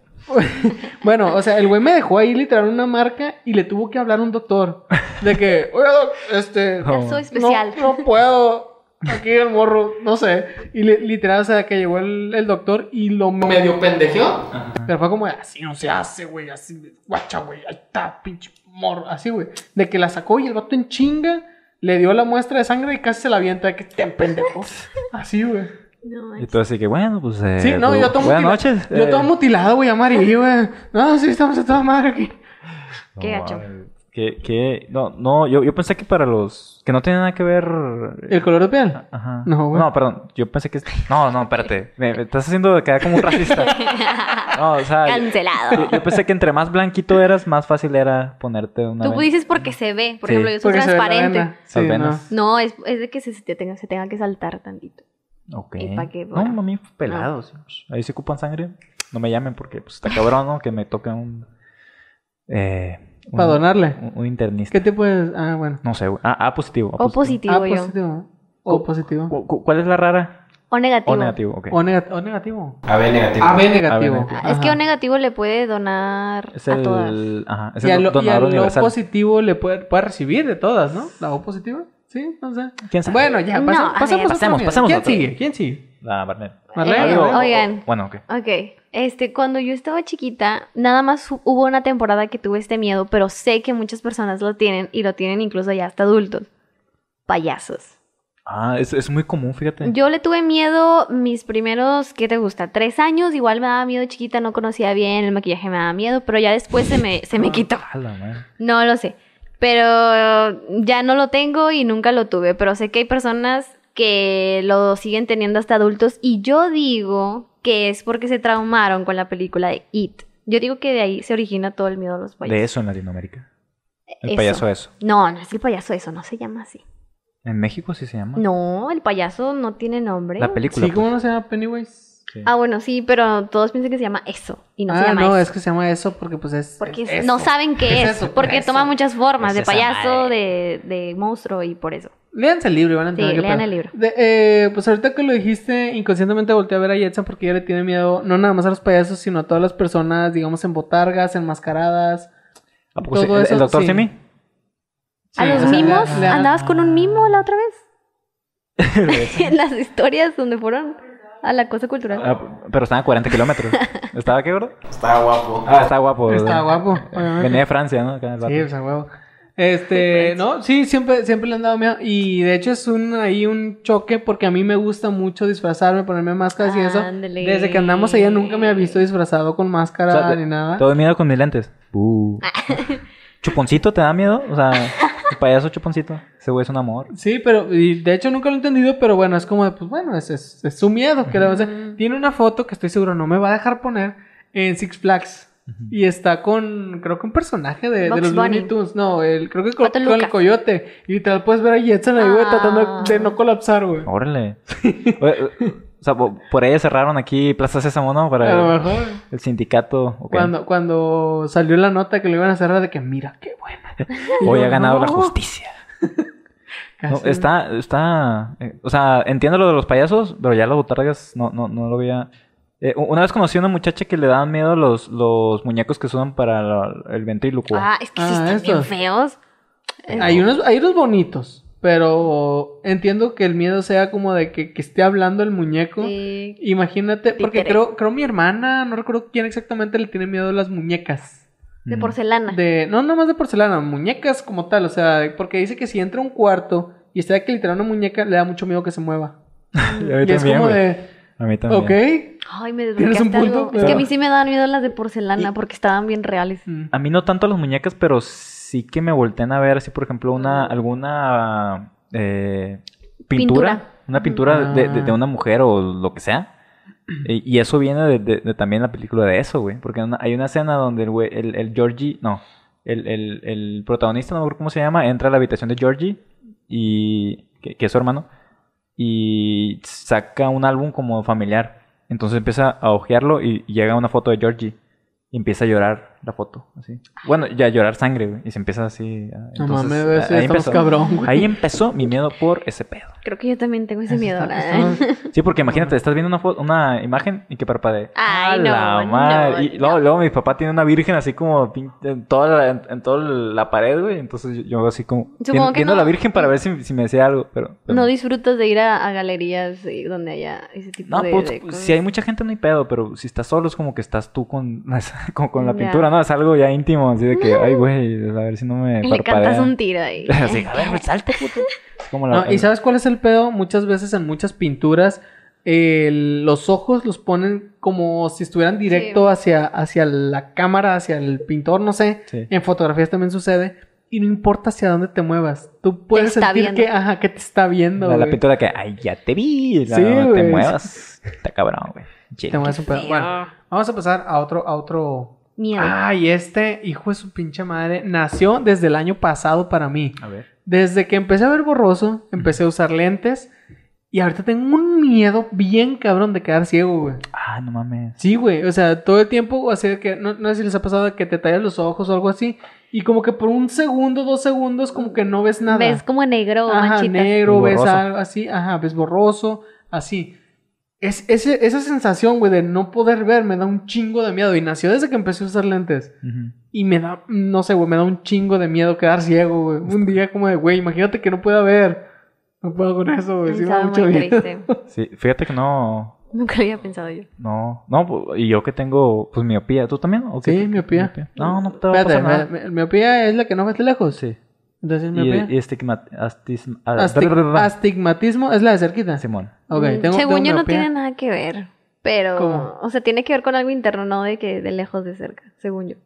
Bueno, o sea, el güey me dejó ahí literal una marca y le tuvo que hablar un doctor. De que, oye, doc, este.
No.
Ya soy especial.
No, no puedo. Aquí el morro, no sé. Y li- literal, o sea, que llegó el, el doctor y lo medio pendejeó. Pero fue como, así no se hace, güey. Así, guacha, güey. Ahí está, pinche morro. Así, güey. De que la sacó y el vato en chinga le dio la muestra de sangre y casi se la avienta. De que te pendejo. Así, güey.
No,
Y
manches.
tú así que, bueno, pues... eh,
Sí, no,
bu-
yo tomo
Buenas
tila-
noches.
Yo
eh,
todo mutilado, güey, amarillo, güey. No, sí, estamos a toda madre aquí.
no
Qué gacho.
mames. Que, que, no, no, yo, yo pensé que para los... Que no tiene nada que ver...
¿El color de piel?
Ajá.
No, güey.
No, perdón. Yo pensé que... No, no, espérate. Me, me estás haciendo quedar como un racista.
<laughs>
No, o sea...
<laughs> Cancelado.
Yo, yo pensé que entre más blanquito eras, más fácil era ponerte una...
Tú
venda.
dices porque se ve. Por
Sí.
ejemplo, yo soy
Porque se ve la
transparente.
vena. Sí, no.
venas.
No, es, es de que se, se te tenga, se tenga que saltar tantito.
Ok.
¿Y pa' qué, Ah.
no,
bueno?
mami, pelados. pues, Ahí se ocupan sangre. No me llamen porque pues, está cabrón, ¿no? Que me toque un... Eh, un-
Para donarle.
Un, un internista.
¿Qué tipo de...? Ah, bueno.
No sé, güey. Ah, A positivo. A
O positivo,
ah,
yo.
positivo. O positivo.
¿Cu- cu- ¿Cuál es la rara?
O negativo.
O negativo, ok.
O, nega- o negativo.
AB negativo.
AB negativo.
negativo.
Ah, Es que O negativo le puede donar
Es
a todas.
el... Ajá, es
Y a
el
lo, y a
donador
lo
universal.
positivo le puede, puede recibir de todas, ¿no? La O positiva. Sí, no sé.
¿Quién sabe?
Bueno, ya,
No,
pasa-
a ver.
pasemos, a otra
Pasemos,
mierda.
pasemos a
¿Quién
otra.
sigue? ¿Quién sigue?
La Barnett.
Marlene,
Eh,
¿o-
oigan.
Bueno, ok.
Ok, este, cuando yo estaba chiquita, nada más hu- hubo una temporada que tuve este miedo, pero sé que muchas personas lo tienen y lo tienen incluso ya hasta adultos. Payasos.
Ah, es, es muy común, fíjate.
Yo le tuve miedo mis primeros, ¿qué te gusta? Tres años, igual me daba miedo chiquita, no conocía bien, el maquillaje me daba miedo, pero ya después se me, se
Ah.
me quitó.
A la madre.
No lo sé. Pero ya no lo tengo y nunca lo tuve. Pero sé que hay personas que lo siguen teniendo hasta adultos. Y yo digo que es porque se traumaron con la película de It. Yo digo que de ahí se origina todo el miedo a los payasos.
De eso en Latinoamérica. El
Pues Eso.
payaso eso.
No, no es el payaso eso, no se llama así.
En México sí se llama.
No, el payaso no tiene nombre.
La película.
Sí,
pues.
¿cómo no se llama Pennywise?
Sí.
Ah, bueno, sí, pero todos piensan que se llama eso. Y no se
ah,
llama
no,
eso.
es que se llama eso porque pues es...
Porque
es
es- no
eso.
saben qué
Es
es.
eso,
porque
eso.
toma muchas formas.
Es
de
esa
payaso,
madre.
de, de monstruo y por eso.
Léanse el libro y van a entender.
Sí,
qué
lean
pedo.
el libro.
De- eh, pues ahorita que lo dijiste, inconscientemente volteé a ver a Jetson porque ella le tiene miedo, no nada más a los payasos, sino a todas las personas, digamos, en botargas, enmascaradas.
¿A poco sí?
todo
¿El,
eso,
el doctor
sí.
Simi?
¿A
Sí,
los
o sea,
mimos?
le- le-
¿Andabas con un mimo la otra
<laughs>
vez? en <laughs> las historias donde fueron a la cosa cultural.
Ah, pero estaba a 40 kilómetros. ¿Estaba qué, bro?
Está guapo.
Ah, está guapo. ¿verdad?
Está
<laughs>
guapo. obviamente.
Venía de Francia, ¿no? Acá el vato.
Sí, o sea, huevo. Este, no, sí, siempre, siempre le han dado miedo. Y de hecho es un ahí un choque porque a mí me gusta mucho disfrazarme, ponerme máscaras y pues, eso.
Ándale.
Desde que andamos ella nunca me ha visto disfrazado con máscara
O sea,
ni nada.
Todo miedo con mis lentes. Uh. <laughs> ¿Chuponcito te da miedo? O sea, el payaso chuponcito. Ese güey es un amor.
Sí, pero y de hecho nunca lo he entendido, pero bueno, es como, de, pues bueno, es, es, es su miedo. Que le va a hacer. Tiene una foto que estoy seguro no me va a dejar poner en Six Flags. Y está con, creo que un personaje de, de
Bugs
los
Bunny.
Looney Tunes. No, el, creo que con,
Pato
con el
Lucas.
coyote. Y tal, puedes ver a Jetson ahí, güey,
Ah.
tratando de no colapsar, güey.
Órale. Oye, o sea, po- por ahí cerraron aquí Plaza Sésamo, ¿no?
A lo
Para el,
mejor.
el sindicato. ok.
Ah, Cuando, cuando salió la nota que lo iban a cerrar de que mira, qué buena. Y
Hoy
yo,
ha ganado
<laughs>
la
"No".
justicia. No,
Casi.
está, está. eh, o sea, entiendo lo de los payasos, pero ya las botargas no, no, no lo veía. Eh, u- una vez conocí a una muchacha que le daban miedo los, los muñecos que sudan para la- el ventrílocuo.
Ah, es que sí
Ah,
están bien
esos.
feos. Eh,
Hay unos, hay unos bonitos, pero entiendo que el miedo sea como de que, que esté hablando el muñeco.
Sí.
Imagínate, porque
Títere.
creo, creo mi hermana, no recuerdo quién exactamente le tiene miedo a las muñecas.
De
Mm.
porcelana.
De, no, no más de porcelana, muñecas como tal, o sea, porque dice que si entra a un cuarto Y está que literal una muñeca le da mucho miedo que se mueva.
A mí
Y es
también,
como
güey.
de,
A mí también.
ok.
Ay, me
¿Tienes un
desbloqueaste
punto?
algo. Es que
Pero-
a mí sí me daban miedo las de porcelana
Y-
porque estaban bien reales.
Mm.
A mí no tanto las muñecas, pero sí que me voltean a ver, así por ejemplo, una alguna eh, pintura,
Pintura.
una pintura de, de- de una mujer o lo que sea. Y, y eso viene de, de- de también la película de eso, güey. Porque una- hay una escena donde el, güey- el, el Georgie, no, el, el- el protagonista, no me acuerdo cómo se llama, entra a la habitación de Georgie y que, que es su hermano y saca un álbum como familiar. Entonces empieza a hojearlo y llega una foto de Georgie y empieza a llorar la foto, así. Bueno, ya llorar sangre, güey, y se empieza así. ah,
No
entonces,
mames, güey, sí,
ahí
estamos
empezó,
cabrón, güey.
ahí empezó mi miedo por ese pedo.
Creo que yo también tengo ese miedo. ¿eh?
Está-
¿verdad?
está-
Sí, porque imagínate, estás viendo una fo- una imagen y que parpadee.
Ay,
¡A
no,
la
no,
madre! Y
no.
luego, luego mi papá tiene una virgen así como pin- en toda la, en, en toda la pared, güey. Entonces yo, yo así como
Supongo
viendo,
que
viendo
no.
la virgen para ver si, si me decía algo, pero... pero
No disfrutas de ir a, a galerías eh, donde haya ese tipo
No,
de,
pues,
de cosas.
si hay mucha gente no hay pedo, pero si estás solo es como que estás tú con, <laughs> con, con la
Ya.
pintura, ¿no? Es algo ya íntimo, así de que, ay, güey, a ver si no me
Y Le cantas
parpadea.
un tiro
<laughs>
ahí.
<laughs> Así,
<laughs>
a ver, güey, salte, puto. Es como la...
No, ¿Y sabes cuál es el pedo? Muchas veces en muchas pinturas eh, los ojos los ponen como si estuvieran directo hacia, hacia la cámara, hacia el pintor, no sé.
Sí.
En fotografías también sucede. Y no importa hacia dónde te muevas. Tú puedes
está
sentir
viendo.
que, ajá, que te está viendo.
la, la
güey.
pintura que, ay, ya te vi, la-
Sí,
no te
güey.
muevas. Está cabrón, güey. Che.
Te mueves un pedo. Bueno, vamos a pasar a otro, a otro.
Miedo.
Ay, este hijo de su pinche madre nació desde el año pasado para mí.
A ver.
Desde que empecé a ver borroso, empecé a usar lentes. Y ahorita tengo un miedo bien cabrón de quedar ciego, güey.
Ah, no mames.
Sí, güey. O sea, todo el tiempo, así de que. No, no sé si les ha pasado de que te tallas los ojos o algo así. Y como que por un segundo, dos segundos, como que no ves nada.
Ves como negro o
Ajá,
manchitas.
negro, ves
Borroso.
algo así. Ajá, ves borroso. Así. Es, ese- esa sensación, güey, de no poder ver me da un chingo de miedo. Y nació desde que empecé a usar lentes.
Ujú.
Y me da, no sé, güey, me da un chingo de miedo quedar ciego, güey. Un día como de, güey, imagínate que no pueda ver. No puedo con eso, güey. Sí, me da
Estaba
mucho
muy
miedo.
triste.
Sí, fíjate que no...
<laughs> Nunca lo había pensado yo.
No, no, pu- y yo que tengo, pues, miopía. ¿Tú también? ¿O qué?
Sí, miopía.
No, no te va a
Espérate,
pasar nada.
mi- mi- miopía es la que no ves de lejos.
Sí.
Entonces, miopía.
Y, y estigma- astis- ah,
Astig- astigmatismo es la de cerquita.
Simón.
Ok,
Mm,
tengo,
Según
tengo
yo no
miopía.
tiene nada que ver. Pero,
¿Cómo?
o sea, tiene que ver con algo interno, no de que de lejos de cerca, según yo.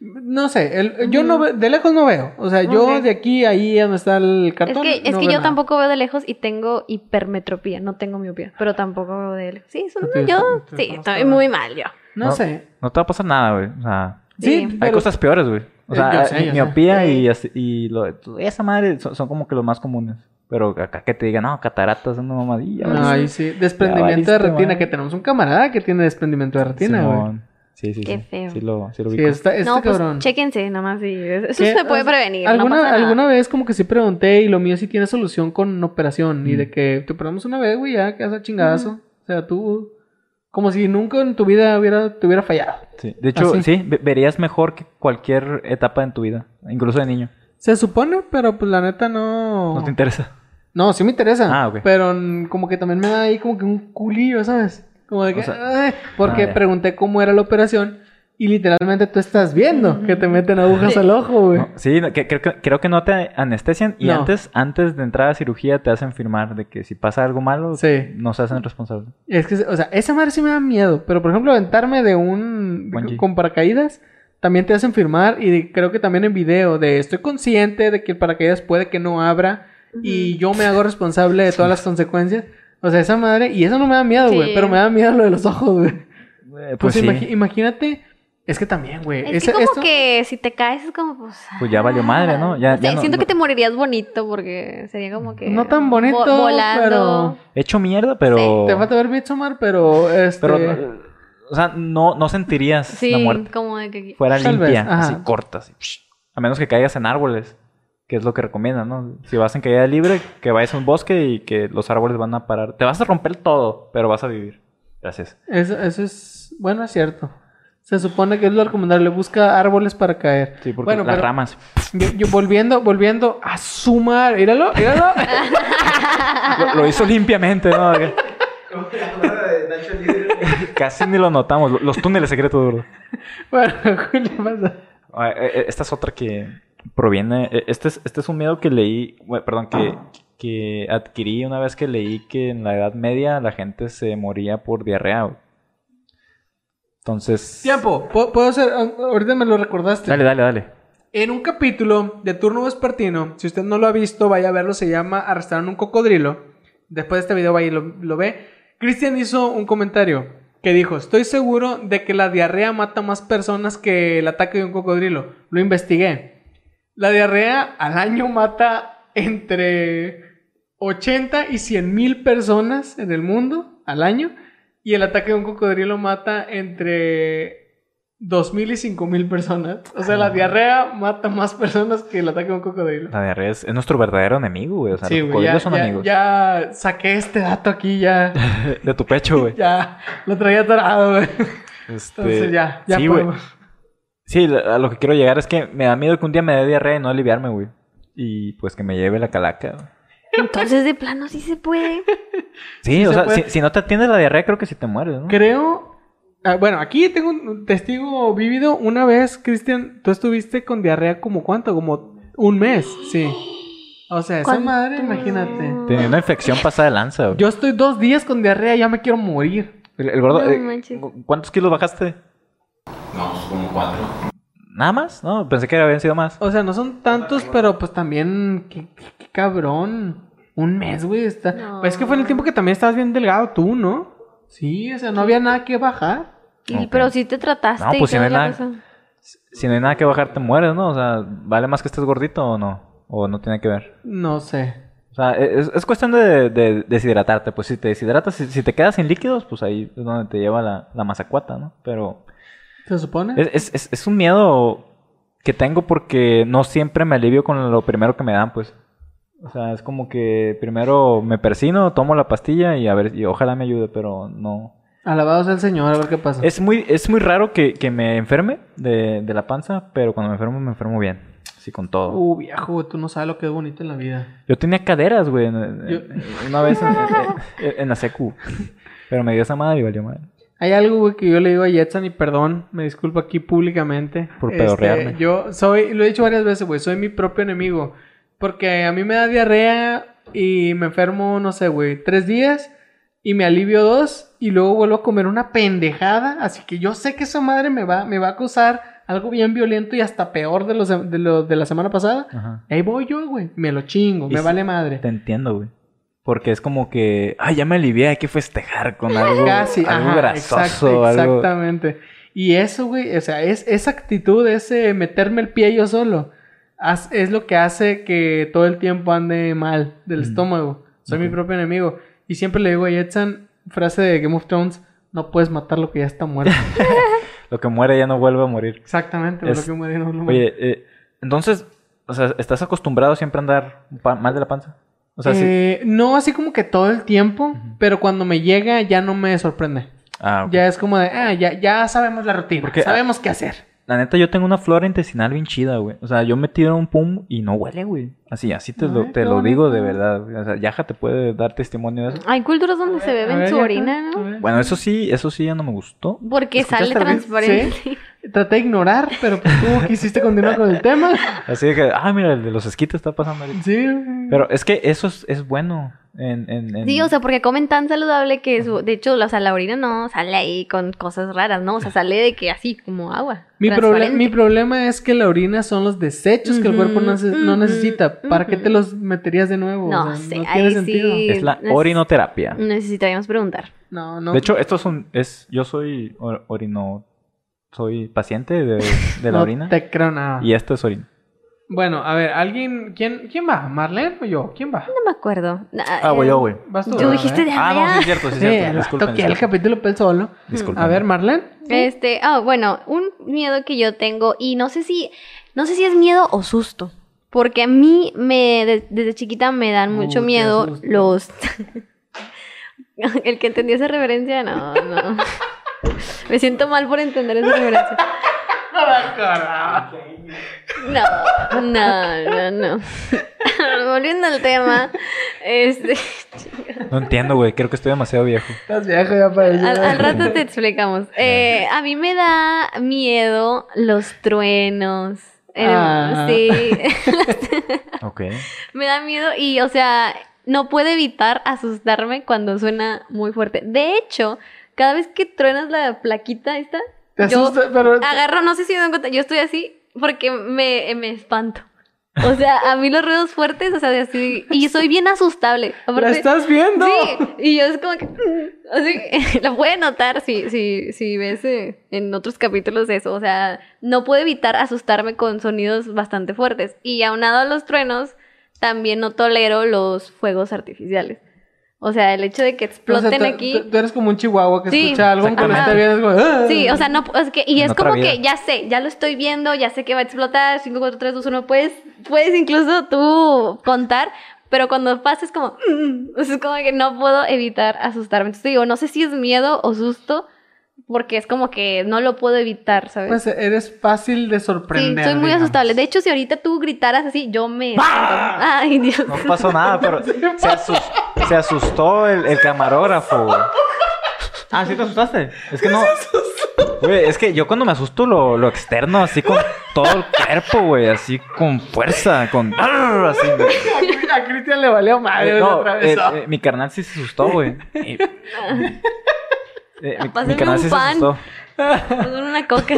No sé, el- yo no ve- de lejos no veo. O sea, yo
Mm. Ok.
de aquí ahí donde está el
Es
cartón.
que,
no
es que
veo
yo
nada.
tampoco veo de lejos y tengo hipermetropía, no tengo miopía, pero tampoco veo de lejos. Sí, son,
No tienes-
yo,
te- te
sí,
conozco,
estoy
¿verdad?
muy mal yo.
No,
No.
sé.
No te va a pasar nada, güey. O sea,
Sí,
Sí.
hay
pero-
cosas peores, güey. O
Eh,
sea,
yo sé,
mi-
yo sé.
miopía
Sí.
y, así- y lo de- esa madre son, son como que los más comunes. Pero acá que te digan, no, cataratas, una mamadilla.
No, ahí sí. Desprendimiento
valiste,
de retina,
madre.
que tenemos un camarada que tiene desprendimiento de retina, güey.
Sí, sí, sí.
Qué feo.
Sí lo, sí lo
Sí,
ubico.
está, este
no, pues
cabrón.
chéquense nomás y eso
¿Qué?
se puede
O sea,
prevenir.
¿Alguna,
no pasa nada.
alguna vez como que sí pregunté y lo mío sí tiene solución con operación y de que te operamos una vez, güey, ya quedas a chingadazo. O sea, tú como si nunca en tu vida hubiera, te hubiera fallado.
Sí. De hecho,
Ah, sí.
sí, ve- verías mejor que cualquier etapa en tu vida, incluso de niño.
Se supone, pero pues la neta no...
No te interesa.
No, sí me interesa.
Ah, ok.
Pero mm, como que también me da ahí como que un culillo, ¿sabes? Como de que...
O sea-
"Ay", porque
Ah, ya.
pregunté cómo era la operación y literalmente tú estás viendo que te meten agujas al ojo, <laughs> güey.
No, sí, no, que- creo, que, creo que no te anestesian y
No.
antes, antes de entrar a cirugía te hacen firmar de que si pasa algo malo,
Sí.
no se hacen responsable.
Es que, o sea, esa madre sí me da miedo. Pero, por ejemplo, aventarme de un... de-
Bungee.
con paracaídas, también te hacen firmar. Y de- creo que también en video de... Estoy consciente de que el paracaídas puede que no abra. Y yo me hago responsable de todas las consecuencias. O sea, esa madre... Y eso no me da miedo, güey.
Sí.
Pero me da miedo lo de los ojos, güey.
Eh,
Pues,
pues sí.
imagi- imagínate... Es que también, güey.
Es
ese-
que como
esto-
que si te caes es como pues...
Pues ya valió madre, ¿no? Ya-
No sé,
ya no-
siento
no-
que te morirías bonito porque sería como que...
No tan bonito,
volando.
He hecho mierda, pero.
Sí.
Te falta ver Midsommar, pero... Este...
Pero, eh, o sea, no, no sentirías
Sí,
la muerte
como de que...
fuera
Tal vez,
limpia,
ajá.
así corta, así, psh. A menos que caigas en árboles, que es lo que recomiendan, ¿no? Si vas en caída libre, que vayas a un bosque y que los árboles van a parar. Te vas a romper todo, pero vas a vivir. Gracias.
Eso, eso es... Bueno, es cierto. Se supone que es lo recomendable. Busca árboles para caer.
Sí, porque
Bueno,
las
pero-
ramas.
Yo, yo volviendo, volviendo a sumar. Míralo, míralo.
Lo, lo hizo limpiamente,
<laughs>
¿no? Casi ni lo notamos. Lo- Los túneles secretos, bro.
bueno, <laughs> Julio, pasa.
Ah, eh, eh, Esta es otra que proviene. eh, Este es, este es un miedo que leí. bueno, Perdón, que, que adquirí una vez que leí que en la Edad Media la gente se moría por diarrea. güey. Entonces...
Tiempo, ¿Puedo, puedo hacer, ah, ahorita me lo recordaste.
Dale, dale, dale.
En un capítulo de Turno Vespertino, si usted no lo ha visto, vaya a verlo, se llama Arrestaron un cocodrilo. Después de este video vaya y lo, lo ve. Cristian hizo un comentario que dijo, estoy seguro de que la diarrea mata más personas que el ataque de un cocodrilo. Lo investigué. La diarrea al año mata entre 80 y 100 mil personas en el mundo al año. Y el ataque de un cocodrilo mata entre 2.000 y 5.000 personas. O sea, la diarrea mata más personas que el ataque de un cocodrilo.
La diarrea es, es nuestro verdadero enemigo, güey. Ah, O sea,
Sí,
los
güey, ya,
cocodrilos son
ya-
amigos.
ya saqué este dato aquí, ya,
De tu
<laughs>
pecho, güey.
ya lo traía atorado, güey.
Este,
Entonces ya, ya
sí, güey.
podemos.
Sí, la- a lo que quiero llegar es que me da miedo que un día me dé diarrea y no aliviarme, güey. Y pues que me lleve la calaca. güey.
Entonces, de plano, sí se puede.
Sí,
Sí
o
se
sea,
puede.
si, si no te atiendes la diarrea, creo que si te mueres, ¿no?
Creo, ah, bueno, aquí tengo un testigo vívido. Una vez, Cristian, tú estuviste con diarrea como cuánto, como un mes, sí. O sea, esa
¿Cuánto?
madre, imagínate.
Tenía una infección pasada de lanza, güey.
Yo estoy dos días con diarrea, ya me quiero morir.
El, el gordo,
No
eh,
manches.
¿cu- ¿Cuántos kilos bajaste?
No, como cuatro.
¿Nada más? No, pensé que habían sido más.
O sea, no son tantos, pero pues también, qué, qué- qué cabrón. Un mes, güey. Está...
No.
Es que fue en el tiempo que también estabas bien delgado tú, ¿no? Sí, o sea, no había nada que bajar.
Y-
Ok.
Pero sí te trataste.
No,
y
pues, si
toda
no
la
hay nada.
cosa.
Si no hay nada que bajar, te mueres, ¿no? O sea, ¿vale más que estés gordito o no? ¿O no tiene que ver?
No sé.
O sea, e-, es, es cuestión de, de deshidratarte. Pues si te deshidratas, si, si te quedas sin líquidos, pues ahí es donde te lleva la, la mazacuata, ¿no? Pero
¿Se supone?
es, es- es- es un miedo que tengo porque no siempre me alivio con lo primero que me dan, pues. O sea, es como que primero me persino, tomo la pastilla y a ver, y ojalá me ayude, pero no.
Alabado sea el Señor, a ver qué pasa.
Es muy, es muy raro que, que me enferme de, de la panza, pero cuando me enfermo, me enfermo bien. Sí, con todo.
Uh, viejo, güey, tú no sabes lo que es bonito en la vida.
Yo tenía caderas, güey, en- en-
Yo- <laughs>
una vez en, en- en la secu. Pero me dio esa madre y valió madre.
Hay algo, güey, que yo le digo a Jetson y perdón, me disculpo aquí públicamente. Este,
Por pedorrearme.
yo soy, lo he dicho varias veces, güey, soy mi propio enemigo. Porque a mí me da diarrea y me enfermo, no sé, güey, tres días y me alivio dos y luego vuelvo a comer una pendejada. Así que yo sé que esa madre me va, me va a causar algo bien violento y hasta peor de, los, de, lo- de la semana pasada.
Ajá.
Ahí voy yo, güey, me lo chingo,
Y
me
sí,
vale madre.
Te entiendo, güey. Porque es como que, ay, ya me alivié, hay que
<laughs>
festejar con algo,
Casi,
algo
ajá,
grasoso,
exacto-
algo...
exactamente. Y eso, güey, o sea, es, esa actitud, ese meterme el pie yo solo, haz- es lo que hace que todo el tiempo ande mal del
Mm.
estómago. Soy mi
Ok.
propio enemigo. Y siempre le digo a Jetson, frase de Game of Thrones, no puedes matar lo que ya está
<laughs>
muerto.
Lo que muere ya no vuelve a morir.
Exactamente,
Es-
lo que muere no lo mata.
Oye, eh, entonces, o sea, ¿estás acostumbrado siempre a andar pa- mal de la panza? O sea, sí.
Eh, No así como que todo el tiempo, pero cuando me llega ya no me sorprende.
Ah, ok.
Ya es como de, ah, ya, ya sabemos la rutina,
Porque- ah,
sabemos qué hacer.
La neta, yo tengo una flora intestinal bien chida, güey. O sea, yo me tiro un pum y no huele, eh, güey. Así, así te
Ay,
lo, te
Ah, qué
lo digo de
bonito.
verdad. güey. O sea, Yaja te puede dar testimonio de eso.
Hay culturas donde se
A ver,
beben su
ya,
orina,
a
¿no?
ver.
Bueno, eso sí, eso sí ya no me gustó.
Porque
¿Escuchaste
sale
algo?
transparente.
Traté de ignorar, pero pues
<laughs>
tú quisiste continuar con el tema.
Así que, ah, mira, el de los esquites está pasando ahorita.
Sí.
Pero es que eso es, es bueno en, en, en-
Sí, o sea, porque comen tan saludable que su, de hecho, la- o sea, la orina no sale ahí con cosas raras, ¿no? O sea, sale de que así, como agua.
mi, proble-
transparente.
mi problema es que la orina son los desechos que el cuerpo no, nece- no
Ujú,
necesita. ¿Para qué te
ujú.
los meterías de nuevo?
No
O sea,
sé,
tiene
ahí
sentido.
sí.
es la
es-
orinoterapia.
Necesitaríamos preguntar.
No, Mm, no.
De hecho, esto es un... Es, yo soy or- orino... Soy paciente de, de la
no
orina.
te creo nada.
Y esto es orina.
Bueno, a ver, ¿alguien, quién, quién va? ¿Marlene o yo? ¿Quién va?
No me acuerdo. Na-
Ah, güey,
eh,
yo, güey.
¿Vas tú?
Tú dijiste de
Ah, no, sí es cierto, sí
Sí, <laughs>
es cierto. Disculpen,
toqué el
disculpen.
capítulo pel solo.
Disculpen.
A ver, Marlene.
Este, ah, bueno, un miedo que yo tengo y no sé si, no sé si es miedo o susto, porque a mí me, de- desde chiquita me dan
Uh, qué
mucho miedo
susto.
los... <laughs> El que entendió esa referencia, no, no. Me siento mal por entender esa referencia. No, no, <laughs> no, no. Volviendo al tema, este,
No entiendo, güey. Creo que estoy demasiado viejo.
Estás viejo ya para eso.
al, al rato
<laughs>
te explicamos. Eh, a mí me da miedo los truenos. El-
Ah.
Sí.
Ok.
Me da miedo y, o sea, no puedo evitar asustarme cuando suena muy fuerte. De hecho, cada vez que truenas la plaquita esta,
Te
yo
asusta, pero.
agarro, no sé si me doy cuenta, yo estoy así porque me, me espanto. O sea, a mí los ruidos fuertes, o sea, de así, y soy bien asustable.
¿La
Aparte-
estás viendo?
Sí, y yo es como que. mm, Así, <laughs> lo puede notar si, si, si ves eh, en otros capítulos eso. O sea, no puedo evitar asustarme con sonidos bastante fuertes. Y aunado a los truenos, también no tolero los fuegos artificiales. O sea, el hecho de que
O sea,
exploten
tú-
aquí.
tú- Tú eres como un chihuahua que
Sí,
escucha algo que no
exactamente.
está bien. es como, "Ah".
Sí, o sea, no, es que, y
En
es
otra
como
vida.
que ya sé, ya lo estoy viendo, ya sé que va a explotar, 5, 4, 3, 2, 1, puedes, puedes incluso tú contar, pero cuando pasa es como, <laughs> mm, es como que no puedo evitar asustarme. Entonces digo, no sé si es miedo o susto, porque es como que no lo puedo evitar, ¿sabes?
Pues eres fácil de
sí,
sorprender.
soy muy
digamos.
asustable. De hecho, si ahorita tú gritaras así, yo me... espanto. Ay, Dios.
¡Ah! No
<laughs>
pasó nada, pero se, asus- se asustó el, el camarógrafo. güey. Ah, ¿sí te asustaste? Es que no. Güey, es que yo cuando me asusto lo, lo externo, así con todo el cuerpo, güey, así con fuerza, con. ¡Arr! Así, güey.
A Cristian le valió madre
No,
otra
eh,
vez. ¿no?
eh, mi carnal sí se asustó, güey. Eh, eh, mi- mi,
Pásenme
carnal sí
un
se
pan.
asustó.
Me duele una coca.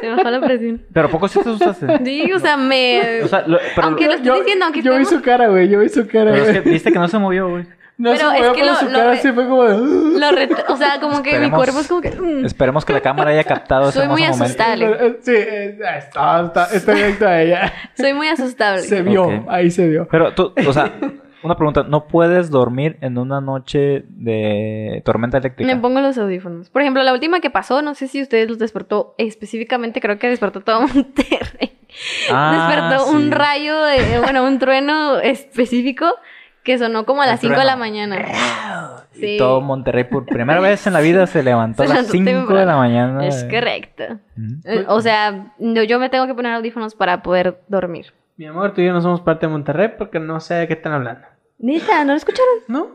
Se me fue la presión.
Pero ¿a poco sí te asustaste?
Sí, o sea, me...
O sea, lo- pero,
aunque lo estoy diciendo, aunque
yo vi
estemos-
su cara, güey. Yo vi su cara,
pero
güey.
es que viste que no se movió, güey.
no se
Pero es
movió,
que
pero
lo-
su
lo
cara
re-
sí fue como de. "Ah".
Lo ret- o sea, como que mi
Esperemos.
cuerpo es como que... mm.
Esperemos que la cámara haya captado ese
Soy muy
hermoso momento.
asustable.
Eh, Sí, eh, está, está, está directo a ella.
Soy muy asustable.
Se vio,
Ok.
ahí se vio.
Pero tú,
<laughs>
o sea, una pregunta, ¿no puedes dormir en una noche de tormenta eléctrica?
Me pongo los audífonos. Por ejemplo, la última que pasó, no sé si ustedes los despertó específicamente, creo que despertó todo <laughs> Monterrey.
Ah,
despertó
sí.
un rayo, de- bueno,
<laughs>
un trueno específico que sonó como a
Un
las 5 de la
trueno.
mañana.
Y
Sí.
todo Monterrey por primera vez en la vida se levantó a
Se
las
levantó
5 de la
temprano.
mañana.
Es
güey.
correcto.
Ujú.
Eh, O sea, no, yo me tengo que poner audífonos para poder dormir.
Mi amor, tú y yo no somos parte de Monterrey porque no sé de qué están hablando.
Neta, ¿no lo escucharon?
¿No?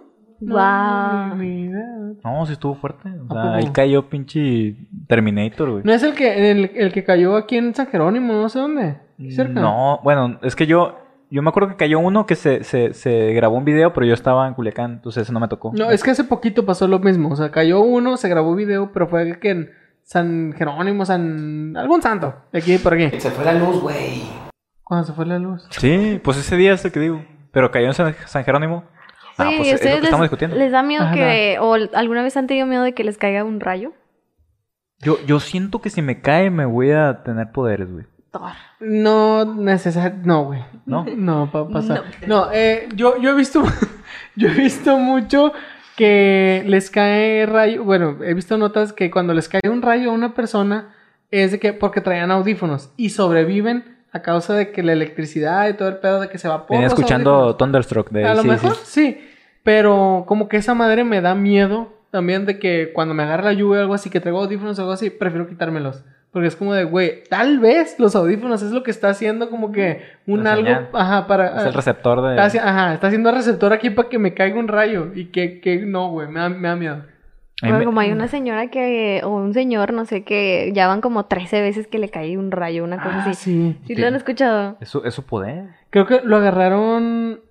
Guau.
No,
No, sí estuvo fuerte. O
¿A
sea,
poco?
ahí cayó pinche Terminator, güey.
¿No es el que, el, el que cayó aquí en San Jerónimo, no sé dónde? Aquí cerca.
Mm, No, bueno, es que yo... Yo me acuerdo que cayó uno que se, se, se grabó un video, pero yo estaba en Culiacán, entonces ese no me tocó.
No, es que hace poquito pasó lo mismo. O sea, cayó uno, se grabó video, pero fue que en San Jerónimo, San. algún santo. De aquí por aquí.
Se fue la luz, güey.
Cuando se fue la luz.
Sí, pues ese día es el que digo. Pero cayó en San, San Jerónimo. Ah,
Sí,
pues es lo
¿ustedes
que estamos
les-
discutiendo.
¿Les da miedo
Ajá.
que... o alguna vez han tenido miedo de que les caiga un rayo?
Yo, yo siento que si me cae me voy a tener poderes, güey.
Thor.
No necesario. No, güey. <laughs>
¿No?
No, pa pasar. No, eh, yo, yo he visto. <laughs> yo he visto mucho que les cae rayo. Bueno, he visto notas que cuando les cae un rayo a una persona es de que porque traían audífonos y sobreviven a causa de que la electricidad y todo el pedo de que se va
Venía escuchando Thunderstruck de
A lo
sí,
mejor sí. Pero como que esa madre me da miedo también de que cuando me agarra la lluvia o algo así, que traigo audífonos o algo así, prefiero quitármelos. Porque es como de, güey, tal vez los audífonos es lo que está haciendo como que un
La
algo.
señal.
Ajá, para. ah,
Es el receptor de...
está, haci- ajá, está haciendo receptor aquí para que me caiga un rayo. Y que, que no, güey, me da, me da miedo.
A mí
Bueno,
me- Mm.
como hay una señora que, o un señor, no sé, que ya van como 13 veces que le cae un rayo, una cosa
Ah,
así.
sí.
¿Sí lo han escuchado?
¿Es, su, es su poder.
Creo que lo agarraron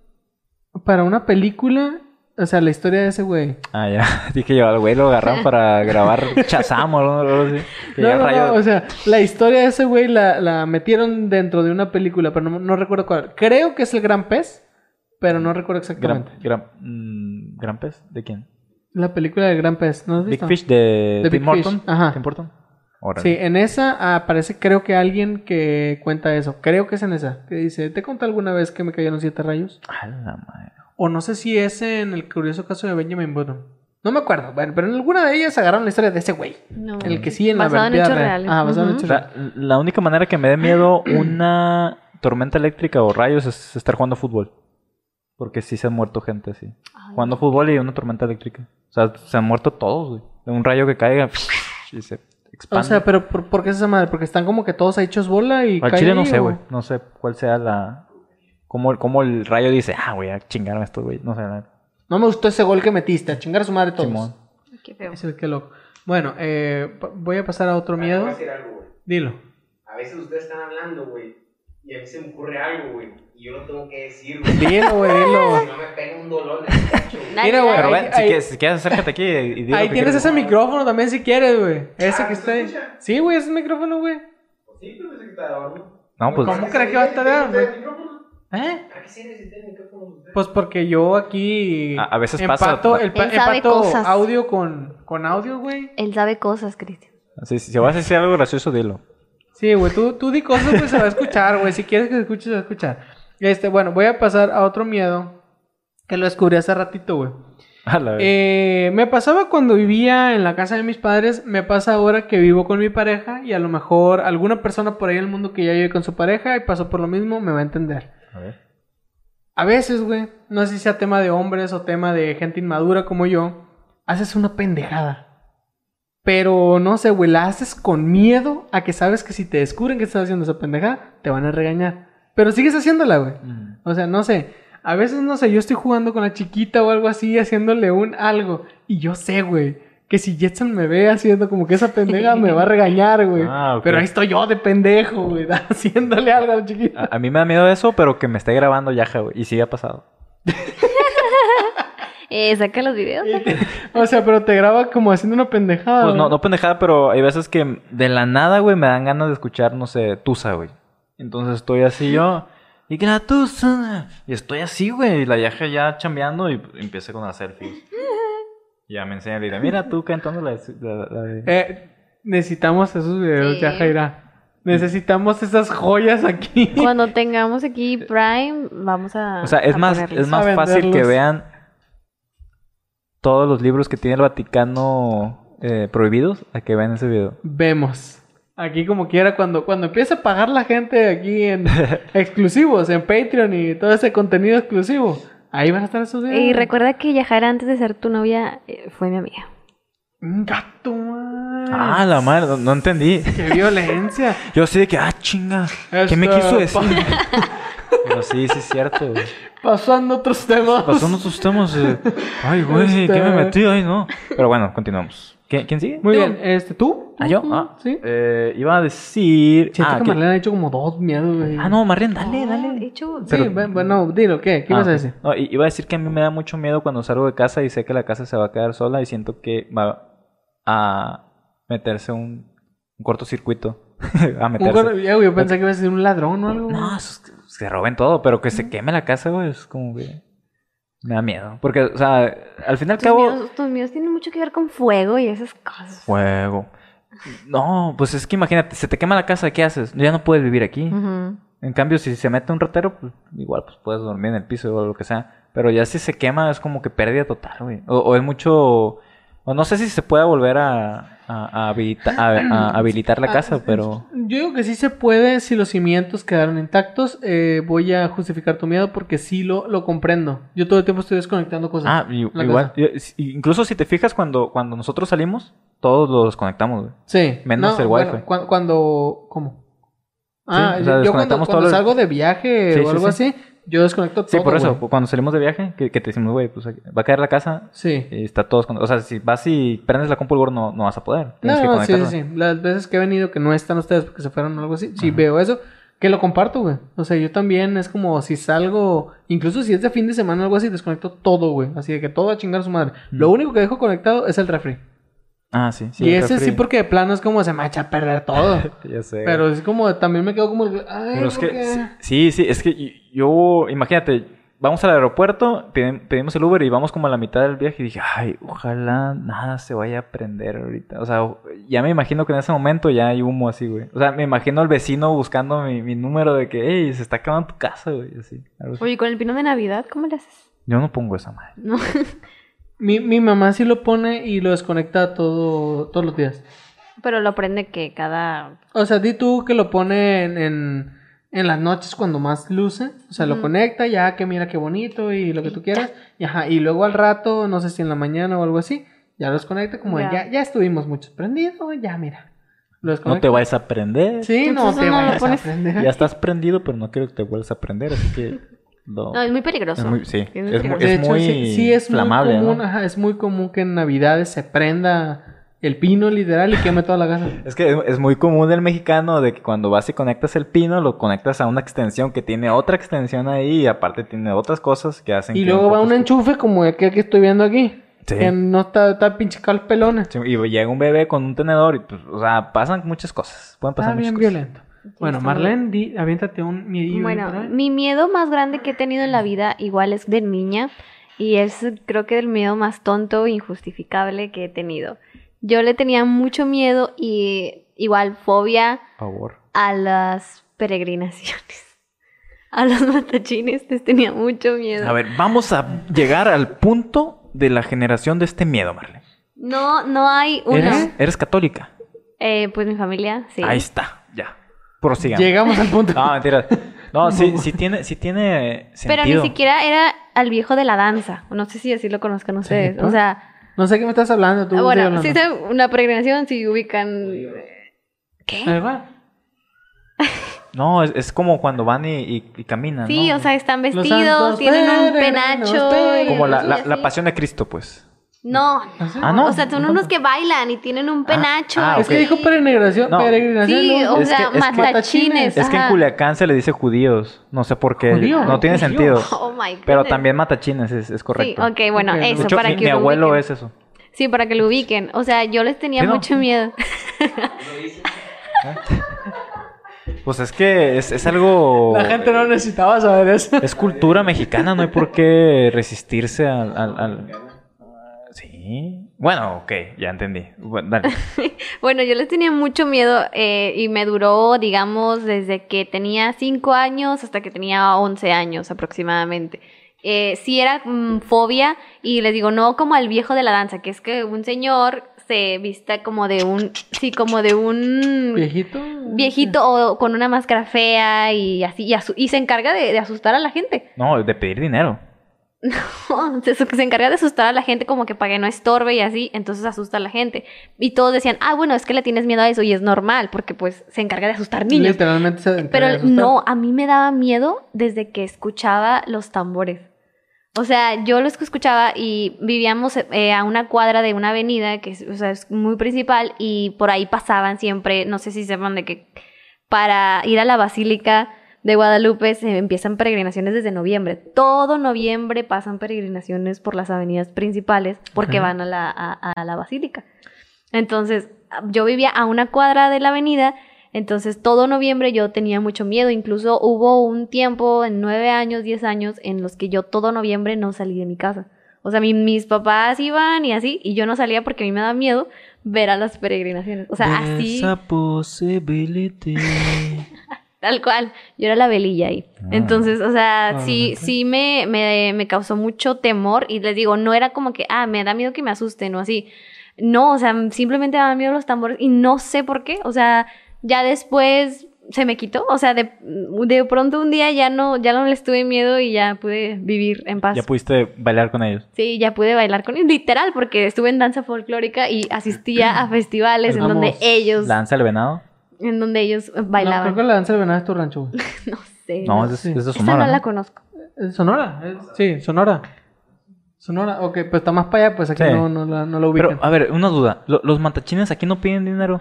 para una película. O sea, la historia de ese güey.
Ah, ya. <laughs> Dije yo, al güey lo agarraron para grabar
<laughs>
Chazam o algo así. Que
No,
llega el
no,
rayo.
no, o sea, la historia de ese güey la, la metieron dentro de una película, pero no, no recuerdo cuál. Creo que es el Gran Pez, pero no recuerdo
gran,
exactamente.
gran, mm, ¿Gran pez? ¿De quién?
La película del Gran Pez, ¿no has
Big
visto?
Fish de,
De Big
Tim Burton.
Fish, ajá.
Tim Burton. Órale.
Sí, en esa ah, aparece creo que alguien que cuenta eso. Creo que es en esa. Que dice, ¿te conté alguna vez que me cayeron siete rayos?
A la madre.
O no sé si es en el curioso caso de Benjamin Button. No me acuerdo, bueno, pero en alguna de ellas agarraron la historia de ese güey.
No.
El que sí en la
Basado en
vida
hechos
real.
reales.
Ah, basado en
Ujú.
hechos reales.
La, la única manera que me dé miedo una tormenta eléctrica o rayos es estar jugando fútbol. Porque sí se han muerto gente así.
Ay,
Jugando fútbol y una tormenta eléctrica. O sea, se han muerto todos, güey. De un rayo que caiga y se expande.
O sea, pero ¿por, por qué es esa madre? Porque están como que todos ahí hechos bola y...
Al
caen
chile no
ahí,
sé,
o-
güey. No sé cuál sea la... Cómo, cómo el rayo dice, ah, güey, a chingarme esto, güey. No sé, nada.
No me gustó ese gol que metiste, a chingar a su madre todos.
Simón.
Qué feo.
Ese, qué loco. Bueno, eh, pa- voy a pasar a otro
Ah,
Te voy
miedo.
a decir algo, güey.
Dilo.
A veces ustedes están hablando, güey. Y
y a mí se me ocurre algo, güey, y yo lo tengo que decir, güey.
Dilo, güey, <laughs>
Si
dilo.
no me pega un dolor en el pecho, güey.
Dale,
Mira, güey,
dale.
Pero
ahí-
ven, si
ahí-
quieres, si quieres, acércate aquí y, y di lo
Ahí
que
tienes
quieres.
ese micrófono también si quieres, güey. Ese
Ah,
que
¿se
está ahí.
escucha?
Sí, güey, ese micrófono, güey.
Pues Sí, pero ese que está de adorno.
No, pues.
¿Cómo crees que va a estar de adorno?
¿Ustedes tienen micrófono?
¿Eh?
¿Para qué sirve si tienen micrófono ustedes?
Pues porque yo aquí
A- a veces pasa-
empato, el pa-
Él sabe
empato
cosas.
audio con, con audio, güey.
Él sabe cosas, Cristian.
Si, si vas a decir algo gracioso, dilo. <laughs>
Sí, güey, tú, tú di cosas, güey, se va a escuchar, güey. Si quieres que se escuche, se va a escuchar. Este, bueno, voy a pasar a otro miedo que lo descubrí hace ratito, güey.
A la vez.
Eh, me pasaba cuando vivía en la casa de mis padres, me pasa ahora que vivo con mi pareja y a lo mejor alguna persona por ahí en el mundo que ya vive con su pareja y pasó por lo mismo me va a entender.
A ver.
A veces, güey, no sé si sea tema de hombres o tema de gente inmadura como yo, haces una pendejada. Pero no sé, güey, la haces con miedo a que sabes que si te descubren que estás haciendo esa pendejada, te van a regañar. Pero sigues haciéndola, güey. O sea, no sé. A veces, no sé, yo estoy jugando con la chiquita o algo así, haciéndole un algo. Y yo sé, güey, que si Jetson me ve haciendo como que esa pendeja me va a regañar, güey.
<laughs> Ah, ok.
Pero ahí estoy yo de pendejo, güey, <laughs> haciéndole algo a la chiquita.
A, a mí me da miedo eso, pero que me esté grabando ya, güey. Y sí ha pasado.
Eh, saca los videos.
Y te- o sea, pero te graba como haciendo una pendejada.
Pues no,
güey.
no pendejada, pero hay veces que de la nada, güey, me dan ganas de escuchar, no sé, Tusa, güey. Entonces estoy así yo. Y que la Tusa. Y estoy así, güey. Y la yaja ya chambeando y empieza con
<laughs>
las selfies. Y ya me enseña y le digo, mira tú cantando la, la- la de-
Eh, necesitamos esos videos,
Sí.
ya, Jaira. Necesitamos esas joyas
<laughs>
aquí.
Cuando tengamos aquí Prime, vamos a.
O sea, es
a
más,
ponerles.
es más
A
fácil que
venderlos.
vean todos los libros que tiene el Vaticano eh, prohibidos a que vean ese video.
Vemos. Aquí como quiera, cuando, cuando empiece a pagar la gente aquí
<laughs>
en exclusivos, en Patreon y todo ese contenido exclusivo, ahí van a estar esos videos.
Y recuerda que Yajaira, antes de ser tu novia, eh, fue mi amiga.
Mm, Gato, madre.
Ah, la madre, no, no entendí.
¡Qué violencia!
Yo así de que, ah, chinga. ¿Qué me
Este,
quiso
pa-
<laughs> decir? Pero sí, sí es cierto. güey.
pasando a otros temas.
Pasó nuestros temas. <laughs> eh. Ay, güey,
Este-
¿qué me metí? Ay, no. Pero bueno, continuamos. ¿Qui- ¿Quién sigue?
Muy bien, este, ¿tú?
¿Ah, yo?
¿Tú?
Ah,
¿Sí?
eh, iba a decir...
Siento
ah,
que
¿qué?
Marlene ha hecho como dos miedos, güey.
Ah, no, Marlene, dale,
No,
dale.
de hecho,
Sí,
pero-
bu- bueno, dilo, ¿qué? ¿Qué
Ah,
ibas a
ok.
decir?
No, i- iba a decir que a mí me da mucho miedo cuando salgo de casa y sé que la casa se va a quedar sola y siento que va a meterse un, un cortocircuito. <laughs> a
Un gorro-
meterse.
ya, güey, yo pensé que ibas a decir un ladrón o algo. güey.
No, esos que se roben todo, pero que se queme la casa, güey, es como que me da miedo. Porque, o sea, al fin y al
tus
cabo...
miedos, tus miedos tienen mucho que ver con fuego y esas cosas.
Fuego. No, pues es que imagínate, se te quema la casa, ¿qué haces? Ya no puedes vivir aquí.
Ujú.
En cambio, si se mete un ratero, pues igual pues puedes dormir en el piso o lo que sea. Pero ya si se quema es como que pérdida total, güey. O, o es mucho... O no sé si se pueda volver a, a- a habilita- a- a habilitar la
Ah,
casa, pero...
Yo digo que sí se puede si los cimientos quedaron intactos. Eh, voy a justificar tu miedo porque sí lo, lo comprendo. Yo todo el tiempo estoy desconectando cosas.
Ah, i-
la
igual. i- si- Incluso si te fijas, cuando, cuando nosotros salimos, todos los desconectamos, güey.
sí.
menos el
bueno,
wifi.
cu- cuando... ¿Cómo? Ah,
o sea,
yo cuando,
desconectamos
cuando
todo el-
salgo de viaje
Sí,
o
sí,
algo
sí.
así, yo desconecto
Sí,
todo.
por eso,
güey.
cuando salimos de viaje, que, que te decimos, güey, pues aquí- va a caer la casa,
Sí.
Y está todos con... O sea, si vas y prendes la compu, luego no, no vas a poder.
No,
Tienes que
no, sí, sí,
conectarla.
sí. Las veces que he venido que no están ustedes porque se fueron o algo así, sí veo eso, que lo comparto, güey. O sea, yo también es como si salgo, incluso si es de fin de semana o algo así, desconecto todo, güey. Así de que todo a chingar a su madre. Lo único que dejo conectado es el refri.
Ah, sí. Mm. sí
y
el
ese sí
refri.
porque de plano es como se me echa a perder
<laughs>
todo.
Ya sé.
Pero es como, también me quedo como... el- Ay,
Pero es
¿por
que...
qué?
sí- Sí, sí. Es que y- yo... Imagínate. Vamos al aeropuerto, piden- pedimos el Uber y vamos como a la mitad del viaje. Y dije, ay, ojalá nada se vaya a prender ahorita. O sea, o- ya me imagino que en ese momento ya hay humo así, güey. O sea, me imagino al vecino buscando mi, mi número de que, hey, se está acabando tu casa, güey. Así. algo así.
Oye, con el pino de Navidad, ¿cómo le haces? <laughs>
Yo no pongo esa madre.
No.
Mi, mi mamá sí lo pone y lo desconecta todo, todos los días.
Pero lo aprende que cada.
O sea, di tú que lo pone en, en, en las noches cuando más luce. O sea, lo
Ujú.
conecta, ya que mira qué bonito y lo que tú quieras. Y, ajá, y luego al rato, no sé si en la mañana o algo así, ya lo desconecta como de,
Ya.
ya, ya estuvimos mucho prendido, ya mira. Lo
No te
desconecta.
vayas a prender.
Sí, no
Entonces
te
no lo
vayas a
pones.
prender.
Ya estás prendido, pero no quiero que te vuelvas a prender, así que... lo-
No, es muy peligroso.
Es muy, sí,
Es muy
es, mu-
peligroso.
De
es
hecho,
muy
sí, sí es muy
flamable,
común,
¿no?
ajá, es muy común que en Navidades se prenda el pino literal y queme toda la casa.
Es que es- es muy común el mexicano de que cuando vas y conectas el pino, lo conectas a una extensión que tiene otra extensión ahí y aparte tiene otras cosas que hacen
Y
que
luego va
poco
un enchufe como aquel que estoy viendo aquí.
Sí.
Que no está, está pinche cal pelona.
Sí, Y llega un bebé con un tenedor y pues, o sea, pasan muchas cosas. Pueden pasar
Ah,
Está
muchas
Ah, bien
cosas.
violento. Bueno,
está muy bien.
Marlene, di- aviéntate un miedillo.
Bueno,
¿verdad?
mi miedo más grande que he tenido en la vida igual es de niña y es creo que el miedo más tonto e injustificable que he tenido. Yo le tenía mucho miedo y igual fobia
Por favor.
a las peregrinaciones. <laughs> A los matachines les tenía mucho miedo.
A ver, vamos a llegar al punto de la generación de este miedo, Marlene.
No, no hay uno.
¿Eres, eres católica?
Eh, pues mi familia, sí.
Ahí está, ya. Prosigamos.
Llegamos al punto.
No, mentira.
<laughs>
No, sí, sí tiene, sí tiene sentido.
Pero ni siquiera era al viejo de la danza. No sé si así lo conozcan ustedes.
pues.
¿no?
O sea,
<laughs> No sé qué me estás hablando tú.
Ah, bueno,
Yolanda.
si es una peregrinación, si ubican... eh, ¿Qué?
Ahí va.
No, es, es como cuando van y, y- y caminan.
Sí,
Ah, ¿no?
o sea, están
Los
vestidos,
santos
tienen un
peregrinos,
penacho. y-
Como la,
y
la-
así.
la pasión de Cristo, pues.
No,
Ah, no.
o sea, son unos que bailan y tienen un penacho.
ah,
y-
Es que dijo peregrinación.
No.
Peregrinación.
Sí,
¿no?
o
Es que-
sea,
es que-
matachines.
Es que en
ajá.
Culiacán se le dice judíos. No sé por qué.
Judío,
no
<laughs>
tiene
judío.
sentido.
Oh my God.
Pero también matachines es, es
Sí,
correcto.
ok, bueno,
Ok,
eso,
De hecho,
para
mi,
que
mi
lo
abuelo
ubiquen.
es eso.
Sí, para que lo ubiquen. O sea, yo les tenía
Sí, no.
mucho miedo.
Pues es que es, es algo...
La gente no necesitaba saber eso.
Es cultura mexicana, no hay por qué resistirse al... al- al- Sí. Bueno, ok, ya entendí. Bueno, dale.
Bueno, yo les tenía mucho miedo eh, y me duró, digamos, desde que tenía 5 años hasta que tenía 11 años aproximadamente. Eh, sí era mm, fobia y les digo, no como al viejo de la danza, que es que un señor se vista como de un, sí, como de un
Viejito.
Mm, viejito o con una máscara fea y así, y, asu- y se encarga de- de asustar a la gente.
No, de pedir dinero.
<laughs> se, se encarga de asustar a la gente como que para que no estorbe y así, entonces asusta a la gente. Y todos decían, ah, bueno, es que le tienes miedo a eso y es normal, porque pues se encarga de asustar niños.
Literalmente <laughs> se
Eh, Pero
asustar.
no, a mí me daba miedo desde que escuchaba los tambores. O sea, yo los que escuchaba y vivíamos eh, a una cuadra de una avenida que es, o sea, es muy principal y por ahí pasaban siempre, no sé si sepan de que para ir a la Basílica de Guadalupe se empiezan peregrinaciones desde noviembre. Todo noviembre pasan peregrinaciones por las avenidas principales porque
Ujú.
van a la, a- a la Basílica. Entonces, yo vivía a una cuadra de la avenida, entonces todo noviembre yo tenía mucho miedo. Incluso hubo un tiempo, en nueve años, diez años, en los que yo todo noviembre no salí de mi casa. O sea, mi- mis papás iban y así, y yo no salía porque a mí me da miedo ver a las peregrinaciones. O sea, así, <laughs> tal cual. Yo era la velilla ahí.
Ah.
Entonces, o sea, sí,
Probablemente.
sí me, me, me causó mucho temor. Y les digo, no era como que, ah, me da miedo que me asusten o así. No, o sea, simplemente me daban miedo los tambores y no sé por qué. O sea, ya después se me quitó. O sea, de, de pronto un día ya no, ya no les tuve miedo y ya pude vivir en paz.
Ya pudiste bailar con ellos.
Sí, ya pude bailar con ellos, literal, porque estuve en danza folclórica y
<clears throat>
asistía a festivales en
Vamos,
donde ellos,
¿Lanza el venado?
en donde ellos
No, creo
bailaban.
que la danza del venado es tu rancho. güey.
No, sé.
No, es,
sí.
es de
Esa
Sonora.
no
¿no?
la conozco.
¿Es Sonora. es- Sí, Sonora. Sonora. Ok, pues está más para allá, pues aquí
Sí.
no, no, la- no lo ubican.
Pero, ah, a ver, una duda. Lo- ¿Los matachines aquí no piden dinero?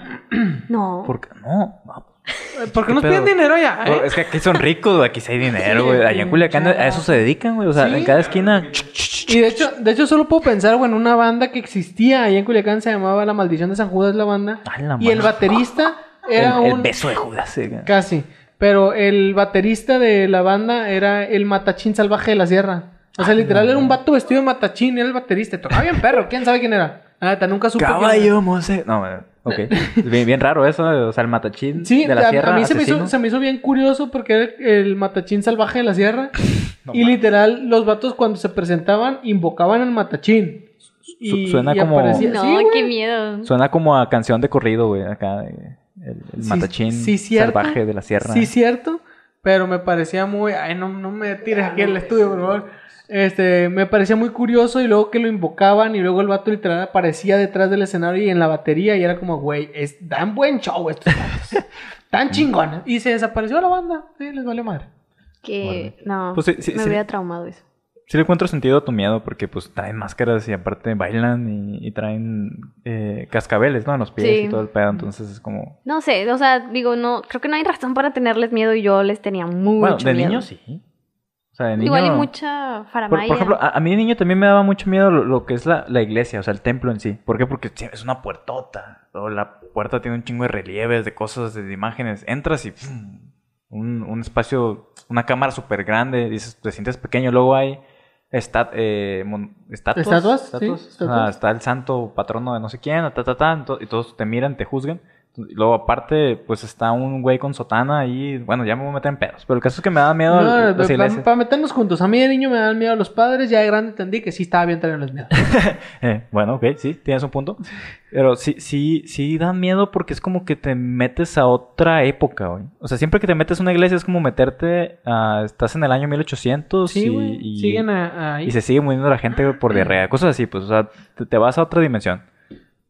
No.
¿Por qué? No.
Eh, ¿Por qué
¿Qué
nos
pedo?
piden dinero ya?
No, Pues, Es que aquí son ricos, güey. Aquí sí hay dinero, güey. Allá en Culiacán a eso se dedican, güey. O sea,
Sí.
en cada esquina.
Y de hecho, de hecho solo puedo pensar, güey, en una banda que existía ahí en Culiacán, se llamaba La Maldición de San Judas, la banda.
A Ah, la
y el
madre.
baterista
El,
era
el
un...
beso de Judas. sí, güey.
Casi. Pero el baterista de la banda era el matachín salvaje de la sierra. O
Ah,
sea, literal era un vato vestido de matachín, era el baterista. y Tocaba bien perro, quién sabe quién era. La neta, nunca supe. quién era.
Caballo, mose. No, güey,
<laughs>
ok. Es Bien, bien raro eso. O sea, el matachín
Sí,
de
a-
la
a,
tierra.
mí se me, hizo, se me hizo bien curioso porque era el, el matachín salvaje de la
<laughs>
sierra. y literal, los vatos cuando se presentaban invocaban al matachín.
suena como-
aparecía-
No,
Sí, güey.
qué miedo.
Suena como a canción de corrido, güey. Acá. eh, El, el
Sí,
matachín
sí, cierto.
salvaje de la sierra.
Sí, cierto, pero me parecía muy... Ay, no, no me tires aquí el estudio, por favor. Este, me parecía muy curioso y luego que lo invocaban y luego el vato literal aparecía detrás del escenario y en la batería y era como, güey, es tan buen show estos
<laughs>
vatos. tan chingón. ¿eh? Y se desapareció la banda. Sí, les valió madre.
Que no.
Pues sí, sí,
me
sí.
hubiera traumado eso.
sí le encuentro sentido a tu miedo porque pues traen máscaras y aparte bailan y, y traen eh, cascabeles, ¿no? En los pies
Sí.
y todo el pedo, entonces es como...
No sé, o sea, digo, no, creo que no hay razón para tenerles miedo y yo les tenía mucho
bueno, de
miedo.
niño sí. O sea, de niño...
Igual hay mucha
Por, por
faramaya.
ejemplo, a, a mí de niño también me daba mucho miedo lo, lo que es la, la iglesia, o sea, el templo en sí. ¿Por qué? Porque sí, es una puertota. O la puerta tiene un chingo de relieves, de cosas, de imágenes. Entras y ¡fum! un, un espacio, una cámara súper grande, dices, te sientes pequeño. Luego hay esta- eh, mon- estatuas.
Estatuas, sí, estatuas.
Ah, está el santo patrono de no sé quién, ta, ta, ta, ento- y todos te miran, te juzgan. Y luego aparte, pues está un güey con sotana ahí. Bueno, ya me voy a meter en pedos. Pero el caso es que me da miedo
No,
las
para
iglesias.
meternos juntos. A mí de niño me dan miedo los padres, ya de grande entendí que sí estaba bien tenerles
<laughs>
miedo.
Eh, bueno, ok, sí, tienes un punto. Pero sí, sí, sí da miedo porque es como que te metes a otra época, güey. O sea, siempre que te metes a una iglesia es como meterte a... Estás en el año 1800
Sí,
y,
güey.
y-
Siguen a- ahí.
y se sigue muriendo la gente güey,
Ah.
por diarrea. Cosas así, pues, o sea, te, te vas a otra dimensión.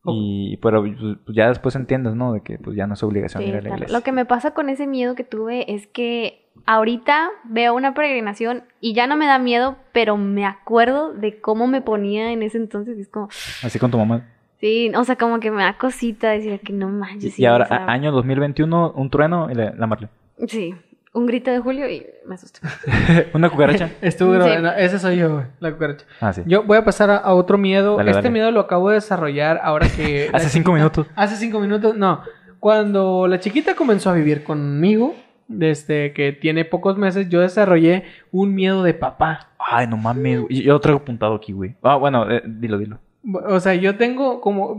Oh.
Y, pero pues, ya después entiendes, ¿no? De que pues ya no es obligación
Sí,
ir a la
claro.
iglesia.
Lo que me pasa con ese miedo que tuve es que ahorita veo una peregrinación y ya no me da miedo, pero me acuerdo de cómo me ponía en ese entonces y es como,
Así con tu mamá.
sí, o sea, como que me da cosita decir que no manches. sí,
y ahora,
o sea,
a- año 2021, un trueno y la, la Marley.
Sí, un grito de Julio y me asusto.
<laughs> una
<laughs>
cucaracha.
Estuvo
Sí.
grabando. Ese soy yo, güey, la cucaracha.
Ah, sí.
Yo voy a pasar a, a otro miedo.
Dale,
este
dale.
miedo lo acabo de desarrollar ahora
<laughs>
que.
Hace
la
cinco
chiquita-
minutos.
Hace cinco minutos, no. Cuando la chiquita comenzó a vivir conmigo, desde que tiene pocos meses, yo desarrollé un miedo de papá.
Ay, no mames, güey. Yo- Yo lo traigo apuntado aquí, güey. Ah, bueno, eh, dilo, dilo.
O sea, yo tengo como.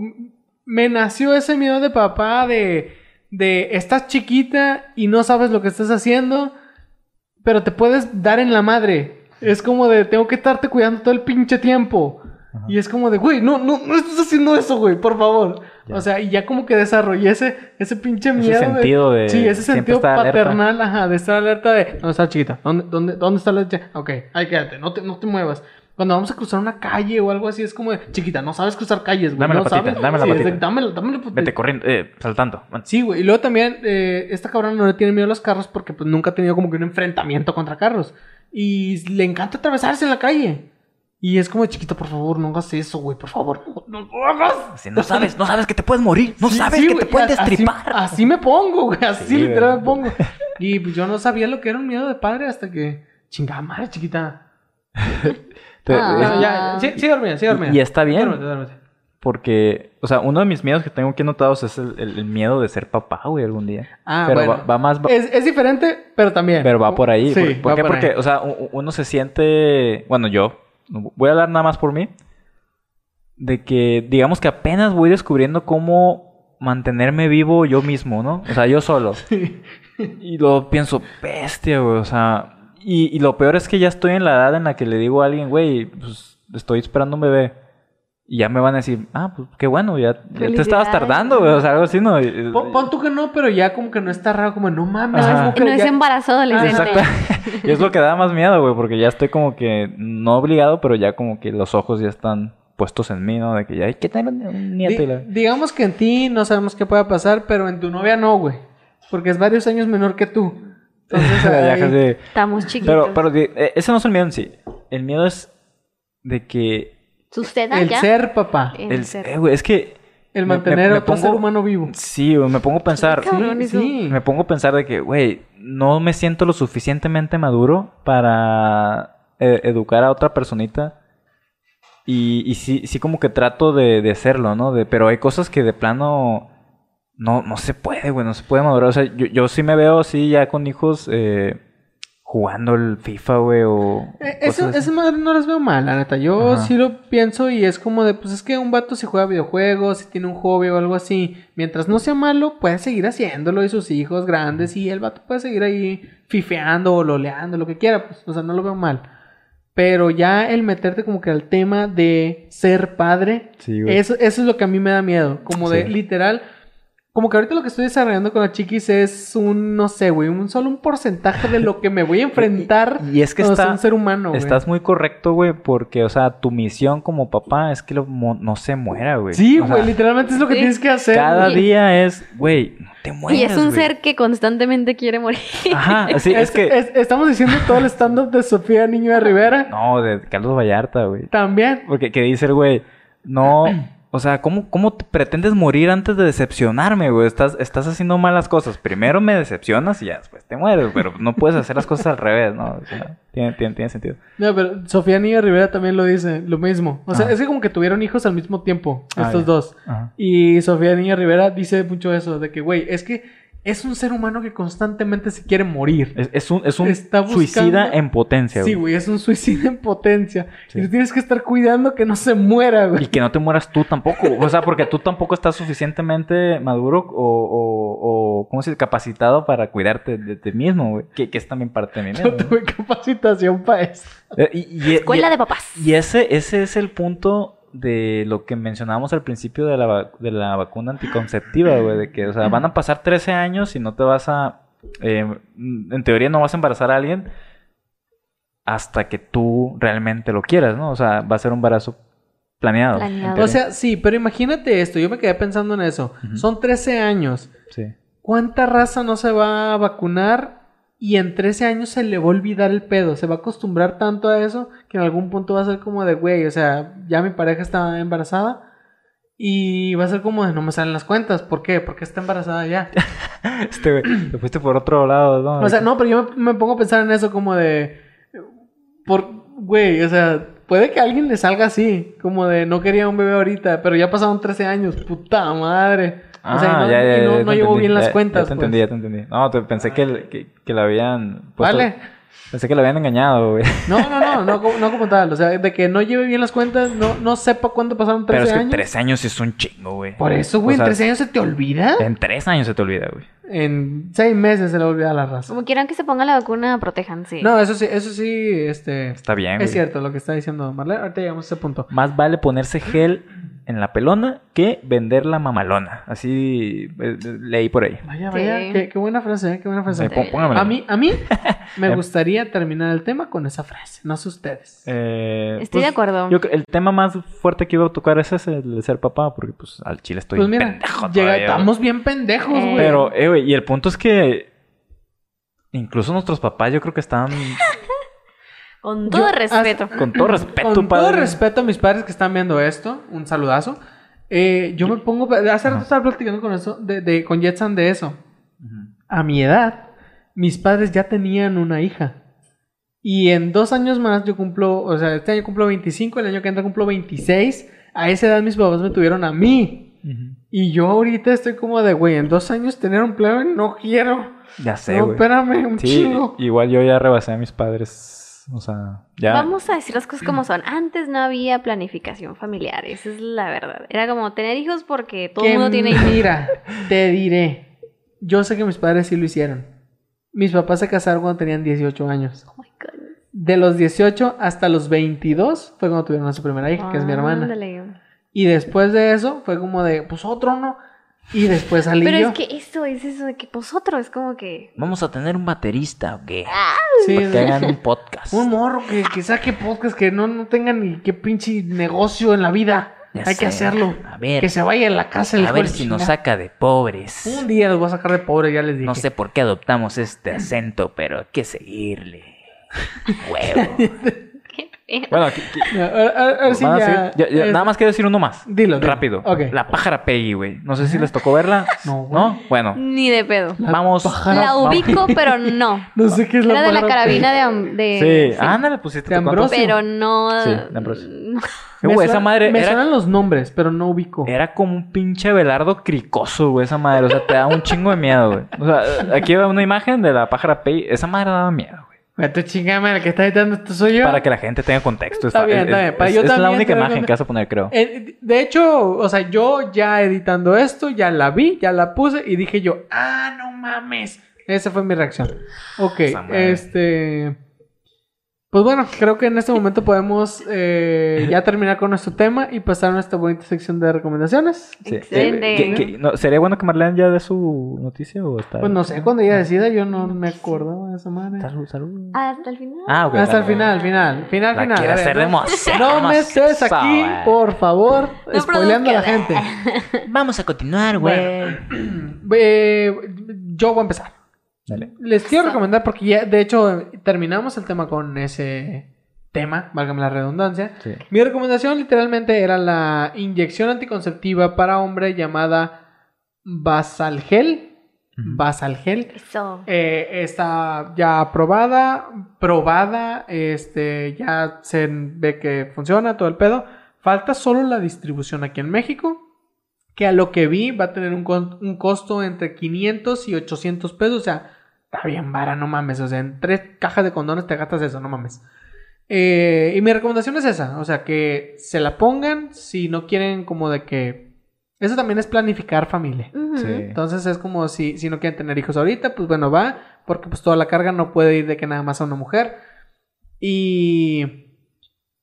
Me nació ese miedo de papá de. de estás chiquita y no sabes lo que estás haciendo, pero te puedes dar en la madre. Es como de tengo que estarte cuidando todo el pinche tiempo.
Ajá.
Y es como de, güey, no, no, no estás haciendo eso, güey, por favor.
Ya.
O sea, y ya como que desarrollé ese, ese pinche
Ese
miedo. de-
sentido de.
Sí, ese
siempre
sentido
estar alerta.
paternal, ajá, de estar alerta de dónde está la chiquita, dónde, dónde, dónde está la chiquita, ok, ahí quédate, no te, no te muevas. Cuando vamos a cruzar una calle o algo así, es como de, chiquita, no sabes cruzar calles, güey.
Dame la
no
patita,
sabes".
dame la
Sí, es de,
patita.
dame la- dame la patita".
Vete corriendo, eh, saltando. Bueno,
Sí, güey. Y luego también, eh, esta cabrona no le tiene miedo a los carros porque pues nunca ha tenido como que un enfrentamiento contra carros. Y le encanta atravesarse en la calle. Y es como, chiquita, por favor, no hagas eso, güey, por favor. No, no lo hagas.
si no sabes, no sabes que te puedes morir, no
Sí,
sabes
sí,
que
güey,
te pueden
a- así-
destripar.
Así, me pongo, güey. Así
Sí,
literal me
güey.
pongo. Y pues, yo no sabía lo que era un miedo de padre hasta que. Chingada madre, chiquita.
Te-
Ah.
es-
Ya, ya, sí, sí, dormía, sí, dormía.
y, y está bien,
Duérmete, duérmete.
porque, o sea, uno de mis miedos que tengo aquí anotados es el, el- el miedo de ser papá, güey, algún día.
Ah,
pero
bueno.
va, va más. va-
Es, es diferente, pero también.
Pero va por ahí.
Sí,
¿Por, por
va
qué?
por ahí.
Porque, o sea, u- u- uno se siente. Bueno, yo. Voy a hablar nada más por mí. De que, digamos que apenas voy descubriendo cómo mantenerme vivo yo mismo, ¿no? O sea, yo solo. Y lo pienso, bestia, güey. O sea. Y, y lo peor es que ya estoy en la edad en la que le digo a alguien, güey, pues estoy esperando un bebé. Y ya me van a decir, ah, pues qué bueno, ya, ya te estabas
Felicidades.
tardando, güey. O sea, algo así, ¿no? Y-
Pon, pon tú que no, pero ya como que no está raro, como no mames.
Ajá.
como que
No es
ya-
embarazo adolescente.
Exacto. <laughs> y es lo que da más miedo, güey, porque ya estoy como que no obligado, pero ya como que los ojos ya están puestos en mí, ¿no? De que ya hay que tener un- un nieto.
Di-
y la-
digamos que en ti no sabemos qué pueda pasar, pero en tu novia no, güey. Porque es varios años menor que tú. Entonces,
<laughs> Ya
ahí-
casi-
Estamos chiquitos.
Pero, pero di- eh, ese no es el miedo en sí. El miedo es de que
Suceda
el
ya.
ser papá,
El
el-
ser.
eh, güey, es que
el
Me- me-
mantener
me
a otro
pongo-
ser humano vivo.
sí, güey, me pongo a pensar,
Sí, cabrón, eso.
me pongo a pensar de que, güey, no me siento lo suficientemente maduro para eh, educar a otra personita. Y, y sí, sí como que trato de, de hacerlo, ¿no? De, pero hay cosas que de plano no, no se puede, güey, no se puede madurar. O sea, yo, yo sí me veo así ya con hijos eh, jugando el FIFA, güey, o...
Eh,
cosas
Eso,
así.
esas madres no las veo mal, la neta. Yo
Ajá.
sí lo pienso y es como de, pues es que un vato si juega videojuegos, si tiene un hobby o algo así, mientras no sea malo, puede seguir haciéndolo y sus hijos grandes y el vato puede seguir ahí fifeando o loleando, lo que quiera, pues, o sea, no lo veo mal. Pero ya el meterte como que al tema de ser padre,
Sí, güey.
eso, eso es lo que a mí me da miedo, como de
Sí.
literal, Como que ahorita lo que estoy desarrollando con los chiquis es un, no sé, güey, un solo un porcentaje de lo que me
<laughs>
voy a enfrentar
Y es que
cuando
está-
sea un ser humano, güey.
Estás muy correcto, güey, porque, o sea, tu misión como papá es que lo mo- no se muera, güey.
Sí,
O sea,
güey, literalmente es lo que
sí.
tienes que hacer.
Cada
güey.
Y-
día es, güey, no te mueras,
y es un
güey.
ser que constantemente quiere morir. <laughs>
Ajá, sí, es,
Es-
que...
es- estamos diciendo todo el stand-up de Sofía Niño de Rivera.
No, de Carlos Vallarta, güey.
También.
Porque que dice el güey, no, o sea, ¿cómo, cómo te pretendes morir antes de decepcionarme, güey? Estás, estás haciendo malas cosas. Primero me decepcionas y ya después te mueres, pero no puedes hacer las cosas al revés, ¿no? O sea, tiene, tiene, tiene sentido.
No, pero Sofía Niño de Rivera también lo dice, lo mismo. O sea,
Ah.
es que como que tuvieron hijos al mismo tiempo,
Ah,
estos
ya.
dos.
Ajá.
Y Sofía Niño de Rivera dice mucho eso, de que, güey, es que es un ser humano que constantemente se quiere morir.
Es, es un, es un
Está buscando-
suicida en potencia,
Sí,
güey.
güey, es un suicidio en potencia.
Sí.
Y tú tienes que estar cuidando que no se muera,
Y
güey.
que no te mueras tú tampoco. O sea, porque tú tampoco estás suficientemente maduro o, o, o ¿cómo se dice? Capacitado para cuidarte de ti mismo, güey. Que, que es también parte de mi miedo,
No <laughs>
¿no?
tuve capacitación para eso.
Eh, y- y-
Escuela
y-
de papás.
Y ese, ese es el punto de lo que mencionábamos al principio de la, va- de la vacuna anticonceptiva, güey, de que, o sea, van a pasar 13 años y no te vas a, eh, en teoría no vas a embarazar a alguien hasta que tú realmente lo quieras, ¿no? O sea, va a ser un embarazo planeado. en
Planeado.
teoría.
O sea, sí, pero imagínate esto, yo me quedé pensando en eso.
Ujú.
Son 13 años.
sí.
¿Cuánta raza no se va a vacunar? Y en 13 años se le va a olvidar el pedo. Se va a acostumbrar tanto a eso que en algún punto va a ser como de, güey, o sea, ya mi pareja está embarazada. Y va a ser como de, no me salen las cuentas. ¿Por qué? Porque está embarazada ya.
Este, güey, te fuiste por otro lado, ¿no?
O sea, no, pero yo me, me pongo a pensar en eso como de. Por. Güey, o sea, puede que a alguien le salga así. Como de no quería un bebé ahorita, pero ya pasaron 13 años. Puta madre.
Ah,
o sea, y no,
ya, ya,
y no-
ya te
no llevo
entendí,
bien
ya-
las
ya
cuentas.
te
pues.
entendí, ya te entendí. No, te- pensé que, el- que, que la habían... puesto-
Vale.
Pensé que la habían engañado, güey.
No, no, no, no, como- no como tal. O sea, de que no lleve bien las cuentas, no, no sepa cuándo pasaron 13
Pero es que
años.
13 años es un chingo, güey.
Por eso, güey,
O sea, eh.
en 13 años se te olvida.
En tres años se te olvida, güey.
En 6 meses se le olvida la raza.
Como quieran que se ponga la vacuna, protejan, sí.
No, eso sí, eso sí, este.
Está bien, güey.
Es cierto lo que está diciendo Marlene. Ahorita llegamos a ese punto.
Más vale ponerse gel en la pelona que vender la mamalona. Así eh, leí por ahí.
Vaya,
Sí.
vaya, qué, qué buena frase, ¿eh? qué buena frase.
Eh, pó- póngamela.
A mí, a
<laughs>
mí me
Eh.
gustaría terminar el tema con esa frase, no sé ustedes.
Eh,
Estoy de
pues,
acuerdo.
Yo, creo- el tema más fuerte que iba a tocar es ese, el de ser papá, porque pues al chile estoy
pues mira,
pendejo
llega-
todavía, güey.
estamos bien pendejos,
Eh.
güey.
Pero, eh, güey, y el punto es que incluso nuestros papás yo creo que están,
Con todo
Yo-
respeto.
con todo respeto,
con
padre.
todo respeto a mis padres que están viendo esto, un saludazo. Eh, yo me pongo, hace rato
Ajá.
estaba platicando con eso, de, de- con Jetson de eso.
Ujú.
A mi edad, mis padres ya tenían una hija. Y en dos años más yo cumplo, o sea, este año cumplo 25, el año que entra cumplo 26. A esa edad mis papás me tuvieron a mí.
Ujú.
Y yo ahorita estoy como de, güey, en dos años tener un plebe no quiero.
Ya sé,
no,
güey.
espérame, un
sí,
chingo.
igual yo ya rebasé a mis padres, o sea, ya.
Vamos a decir las cosas como son. Antes no había planificación familiar, esa es la verdad. Era como tener hijos porque todo el
Que
mundo
<laughs>
tiene hijos.
Mira, te diré. Yo sé que mis padres sí lo hicieron. Mis papás se casaron cuando tenían 18 años.
Oh my God.
De los 18 hasta los 22 fue cuando tuvieron a su primera hija, que es mi hermana.
Ándale.
Y después de eso fue como de, pues otro no. Y después salí
Pero
yo.
es que eso es eso de que vosotros, es como que.
Vamos a tener un baterista o qué?
Sí,
Para que
sí.
hagan un podcast.
Ah. <laughs> Un morro que, que saque podcast que no, no tenga ni qué pinche negocio en la vida.
Ya
Hay
sé.
que hacerlo.
A ver,
Que se vaya a la casa el
a
hijo
ver
de la
si nos
chingada.
saca de pobres.
Un día los voy a sacar de pobre, ya les dije.
No sé por qué adoptamos este acento, pero hay que
<laughs>
seguirle. Huevo.
Qué feo.
Bueno, que- que-
No, ahora- ahora- ahora sí
van a
ya,
seguir- ya- ya,
es-
nada más quiero decir uno más.
Dilo, dilo.
Rápido.
Ok.
La pájara Peggy, güey. No sé si les tocó verla.
<laughs> No, güey.
¿No? Bueno.
Ni de pedo.
Vamos.
pájara-
La
vamos.
ubico, pero no.
No sé qué Ah, <laughs> es la
Era de la
palabra.
<laughs>
carabina de. am-
Sí.
de
Ándale, pues, pusiste
De
tu compa.
Ambrosio.
Pero no. Mm,
Sí, de Ambrosio.
no.
Eh,
Me
güey,
suena-
esa madre
Me
era,
suenan los nombres, pero no ubico.
era como un pinche velardo cricoso, güey. Esa madre. O sea, te da un chingo de miedo, güey. O sea, aquí va una imagen de la pájara Peggy. Esa madre daba miedo, güey.
Vete chingame, el que está editando esto soy yo.
Para que la gente tenga contexto.
Está bien,
es-
está bien. Para
es-
yo
es la
también
única
tener
imagen que
contexto.
vas a poner, creo.
Eh, de hecho, o sea, yo ya editando esto, ya la vi, ya la puse y dije yo, ah, no mames. Esa fue mi reacción. Ok,
Esa madre.
este... Pues bueno, creo que en este momento podemos eh, ya terminar con nuestro tema y pasar a nuestra bonita sección de recomendaciones.
Sí.
Excelente.
Eh, que- que- no, ¿Sería bueno que Marlene ya dé su noticia o está?
Pues no sé, cuando ella decida, yo no me acordaba de esa manera.
Salud, salud.
Hasta el final.
Ah, ok.
Hasta el
dale.
final, final, final,
La
final.
quiere
A ver,
hacer de
no-
moza.
No me estés
moza,
aquí,
güey.
por favor,
No
spoileando a la gente.
produzca.
Vamos a continuar, güey.
<clears throat> Eh, yo voy a empezar.
Dale.
Les quiero recomendar porque ya, de hecho, terminamos el tema con ese tema, válgame la redundancia.
Sí.
Mi recomendación literalmente era la inyección anticonceptiva para hombre llamada Basalgel.
Ujú.
Basalgel.
Eso.
Eh, está ya aprobada, probada, este, ya se ve que funciona todo el pedo. Falta solo la distribución aquí en México, que a lo que vi va a tener un, con- un costo entre 500 y 800 pesos, o sea, está bien vara, no mames, o sea, en tres cajas de condones te gastas eso, no mames. Eh, y mi recomendación es esa, o sea, que se la pongan si no quieren como de que... Eso también es planificar familia.
Ujú.
Sí.
Entonces es como si, si no quieren tener hijos ahorita, pues bueno, va, porque pues toda la carga no puede ir de que nada más a una mujer. Y,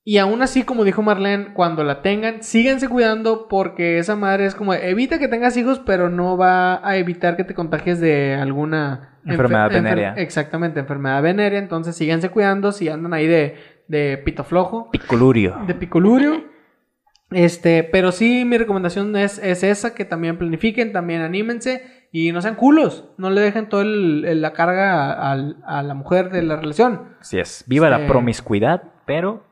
y aún así, como dijo Marlene, cuando la tengan, síganse cuidando porque esa madre es como, evita que tengas hijos, pero no va a evitar que te contagies de alguna enfer-
Enfermedad
enfer-
venérea.
exactamente, enfermedad venérea. Entonces síganse cuidando si andan ahí de, de pito flojo
Piculurio.
de picolurio. Este, pero sí, mi recomendación es, es esa, que también planifiquen, también anímense y no sean culos, no le dejen toda la carga a, al- a la mujer de la relación.
Así es. Viva
Este-
la promiscuidad, pero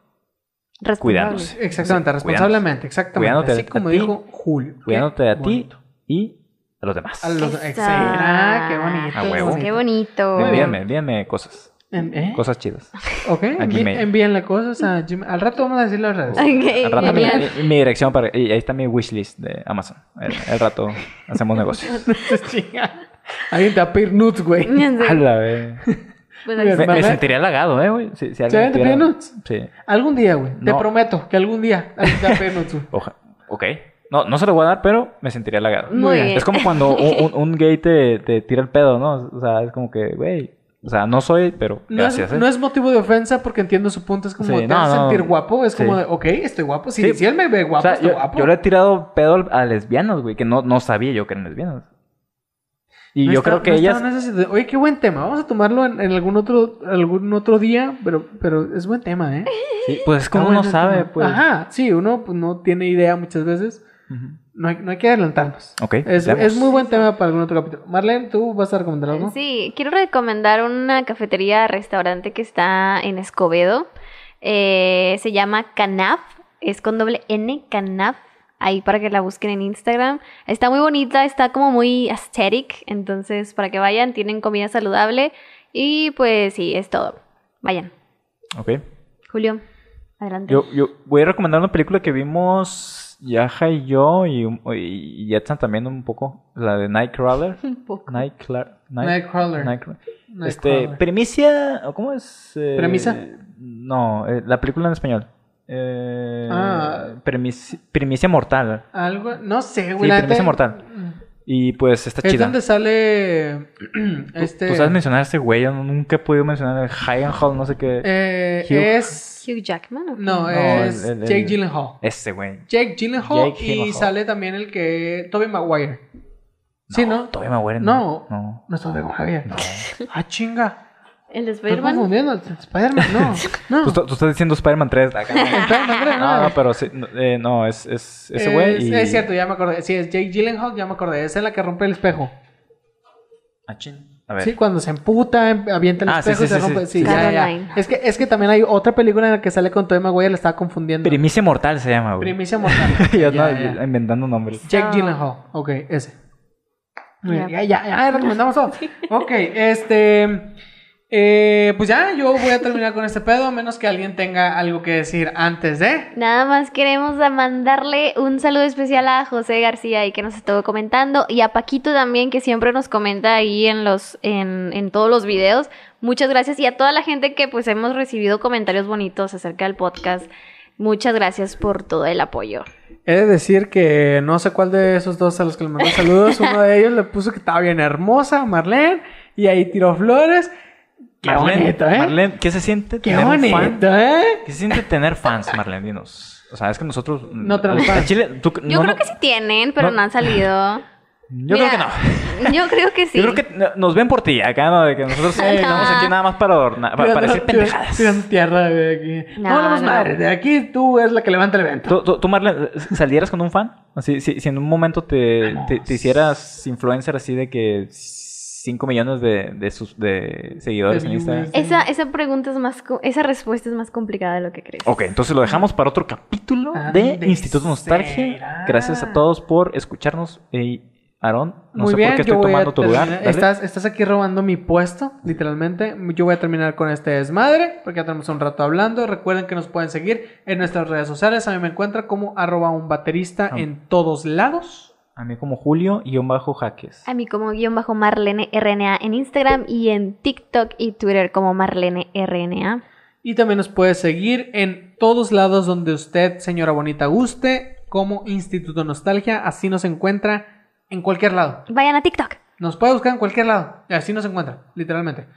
Responsable.
Cuidarnos.
Exactamente, responsablemente, exactamente.
Cuidándote
Así
a
como
ti,
dijo Julio.
cuidándote a ti
Bonito.
y a los demás.
A los-
Eso.
ex- ah, qué bonito.
A huevo.
Qué bonito. <laughs>
Envíenme, envíenme cosas.
En- ¿eh?
Cosas chidas.
Ok, envi-
Gmail.
envíenle cosas a Gmail. Al rato vamos a decir las <laughs> redes.
Ok,
Al rato mi,
genial.
mi- mi dirección para. Y ahí está mi wishlist de Amazon. El, el rato hacemos
<laughs>
negocios.
Chinga. Alguien te va a pedir nudes, güey.
Ya sé.
A la vez.
Pues
Bien.
ahí
Me,
Vale.
me sentiría halagado, ¿eh, güey? Si, si
¿Se
alguien
te
tuviera-
pide nudes?
Sí.
Algún día, güey. Te
No.
prometo que algún día alguien te va a pedir nudes, güey.
Oja. Ok. No, no se lo voy a dar, pero me sentiría halagado.
Muy
bien.
bien.
Es como cuando un, un- un gay te, te tira el pedo, ¿no? O sea, es como que, güey. O sea, no soy, pero
No es,
gracias. ¿eh?
no es motivo de ofensa porque entiendo su punto. Es como,
Sí,
te
no,
hace
no.
sentir guapo. Es
Sí.
como, de, ok, estoy guapo. Si,
Sí.
si él me ve guapo,
O sea,
estoy
yo,
guapo.
yo le he tirado pedo a lesbianas, güey, que no, no sabía yo que eran lesbianas. Y
No
yo
está-
creo que
no
ellas.
estaba en esa situ- Oye, qué buen tema. Vamos a tomarlo en, en algún otro algún otro día, pero, pero es buen tema, ¿eh?
Sí, pues es como
Está
uno
bueno el
sabe,
tema.
pues.
Ajá, sí, uno pues, no tiene idea muchas veces.
Ujú.
No hay, no hay que adelantarnos.
Ok,
Es,
veamos.
es muy buen tema para algún otro capítulo. Marlene, ¿tú vas a recomendar algo?
Sí, quiero recomendar una cafetería, restaurante que está en Escobedo. Eh, se llama Canaf, es con doble N, Canaf. Ahí para que la busquen en Instagram. Está muy bonita, está como muy aesthetic. Entonces, para que vayan, tienen comida saludable. Y pues sí, es todo. Vayan.
Ok.
Julio, adelante.
Yo, yo voy a recomendar una película que vimos Yaja y yo y, un- y Jetson también un poco. La de Nightcrawler.
<laughs> Un poco.
Nightcrawler. Night-
Nightcrawler.
Nightcrawler. Este,
Nightcrawler.
premicia, ¿o ¿cómo es? Eh,
¿Premisa?
No, eh, la película en español. Eh,
Ah.
premici- Primicia mortal.
Algo, no sé, güey.
Sí,
la
Premisa
neta-
Mortal. Y pues está
Es
chida.
donde sale <clears throat> este.
Tú sabes mencionar a este güey, yo nunca he podido mencionar el High Hall, no sé qué.
Eh,
Hugh-
es.
Hugh Jackman. ¿o qué?
No,
No,
es
el- el- el-
Jake Gyllenhaal.
Ese güey.
Jake Gyllenhaal
Jake
y
Gyllenhaal.
sale también el que. Toby Maguire. sí, ¿no?
Todavía me huele.
No.
No.
No es Toby Maguire.
no.
Ah, chinga.
El de
Estoy
Spider-Man.
confundiendo. Spider-Man,
<laughs>
no.
Tú,
No.
tú estás diciendo Spider-Man 3. acá.
Spider-Man, creo,
no,
no.
no, pero sí, no, eh, no, es, es ese güey.
Ah, Es,
y...
es cierto, ya me acordé. Sí, es Jake Gyllenhaal, ya me acordé. Esa es la que rompe el espejo.
Ah, chin. A ver.
Sí, cuando se emputa, em- avienta el
Ah, sí,
espejo y
sí,
se
sí, sí.
rompe. Sí,
Sí.
ya,
Caroline.
ya. Es que, es que también hay otra película en la que sale con Toby Maguire, la estaba confundiendo.
Primicia Mortal se llama, <laughs> güey.
Primicia mortal.
Yo
Ya,
andaba
ya.
inventando nombres.
Jack
Ah.
Gyllenhaal. Ok, ese. Muy bien,
Ya.
Ya, ya, ya, recomendamos
<laughs>
todo. Ok, este. eh, pues ya, yo voy a terminar con este pedo, a menos que alguien tenga algo que decir antes de.
Nada más queremos a mandarle un saludo especial a José García y que nos estuvo comentando y a Paquito también que siempre nos comenta ahí en los en, en todos los videos. Muchas gracias y a toda la gente que pues hemos recibido comentarios bonitos acerca del podcast. Muchas gracias por todo el apoyo.
He de decir que no sé cuál de esos dos a los que le mandé saludos, uno de ellos le puso que estaba bien hermosa, Marlene, y ahí tiró flores. Qué bonito, ¿eh?
Marlene, ¿qué se siente
Qué
tener un fan?
bonito, ¿eh?
¿Qué se siente tener fans, Marlene? Dinos. O sea, es que nosotros...
No tenemos
en
fans.
Chile, tú-
Yo
no,
creo
no-
que sí tienen, pero
no-
no, han salido.
<laughs> Yo creo que no.
no. Yo creo que
<laughs>
sí.
Yo creo que no- nos ven por ti acá, ¿no? De que nosotros
Ajá.
estamos aquí nada más para, adornar- para, para decir pendejadas.
Tirando tierra de aquí. No,
No,
hablamos
no, no.
madre. De aquí tú eres la que levanta el evento.
¿Tú, tú, tú, Marlene, salieras con un fan? Así, si, si en un momento te, te, te hicieras influencer así de que 5 millones de, de, sus, de seguidores
De
en
viewers.
Instagram.
Esa, esa pregunta es más... co- Esa respuesta es más complicada de lo que crees.
Ok, entonces lo dejamos para otro capítulo
Ah,
de
Ande
Instituto Nostalgia.
será.
Gracias a todos por escucharnos. Ey, Aarón, no
Muy
sé
bien,
por qué
yo
estoy
voy a
tomando tu lugar.
terminar-
Dale.
Estás, estás aquí robando mi puesto, literalmente. Yo voy a terminar con este desmadre, porque ya tenemos un rato hablando. Recuerden que nos pueden seguir en nuestras redes sociales. A mí me encuentra como arroba un baterista
Ah.
en todos lados.
A mí como Julio y un bajo jaques.
A mí como guión bajo Marlene RNA en Instagram y en TikTok y Twitter como Marlene RNA.
Y también nos puede seguir en todos lados donde usted, señora bonita, guste, como Instituto Nostalgia. Así nos encuentra en cualquier lado.
Vayan a TikTok.
Nos puede buscar en cualquier lado. Así nos encuentra, literalmente.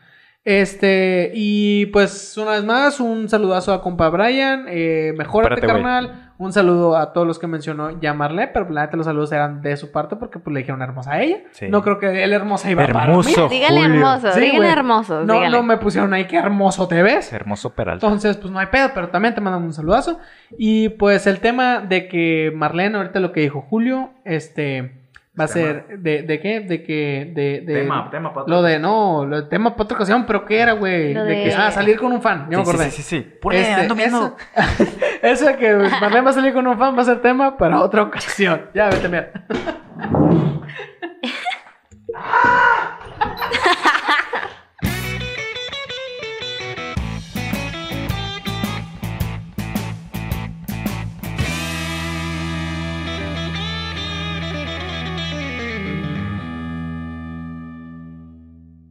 Este, y pues una vez más, un saludazo a compa Brian. Eh, mejórate,
Espérate, güey.
carnal. Un saludo a todos los que mencionó llamarle, pero pues, la neta los saludos eran de su parte porque pues le dijeron hermosa a ella.
Sí.
No creo que el hermosa iba para
Hermoso.
mí.
Oh,
díganle
Julio.
hermosos,
Sí,
díganle
güey.
hermosos.
No,
díganle.
no me pusieron ahí qué hermoso te ves.
Hermoso Peralta.
Entonces, pues no hay pedo, pero también te mandamos un saludazo. Y pues el tema de que Marlene, ahorita lo que dijo Julio, este va a
Tema.
ser de, de qué, de que de, de-
tema,
lo de no, lo del tema para otra ocasión, pero ¿qué era, güey?
Lo
De que
de-
ah, salir con un fan, yo me
sí,
acordé.
sí, sí, sí.
Este, eso, <laughs> eso que Marlene va a salir con un fan va a ser tema para otra ocasión. Ya, vete a mirar.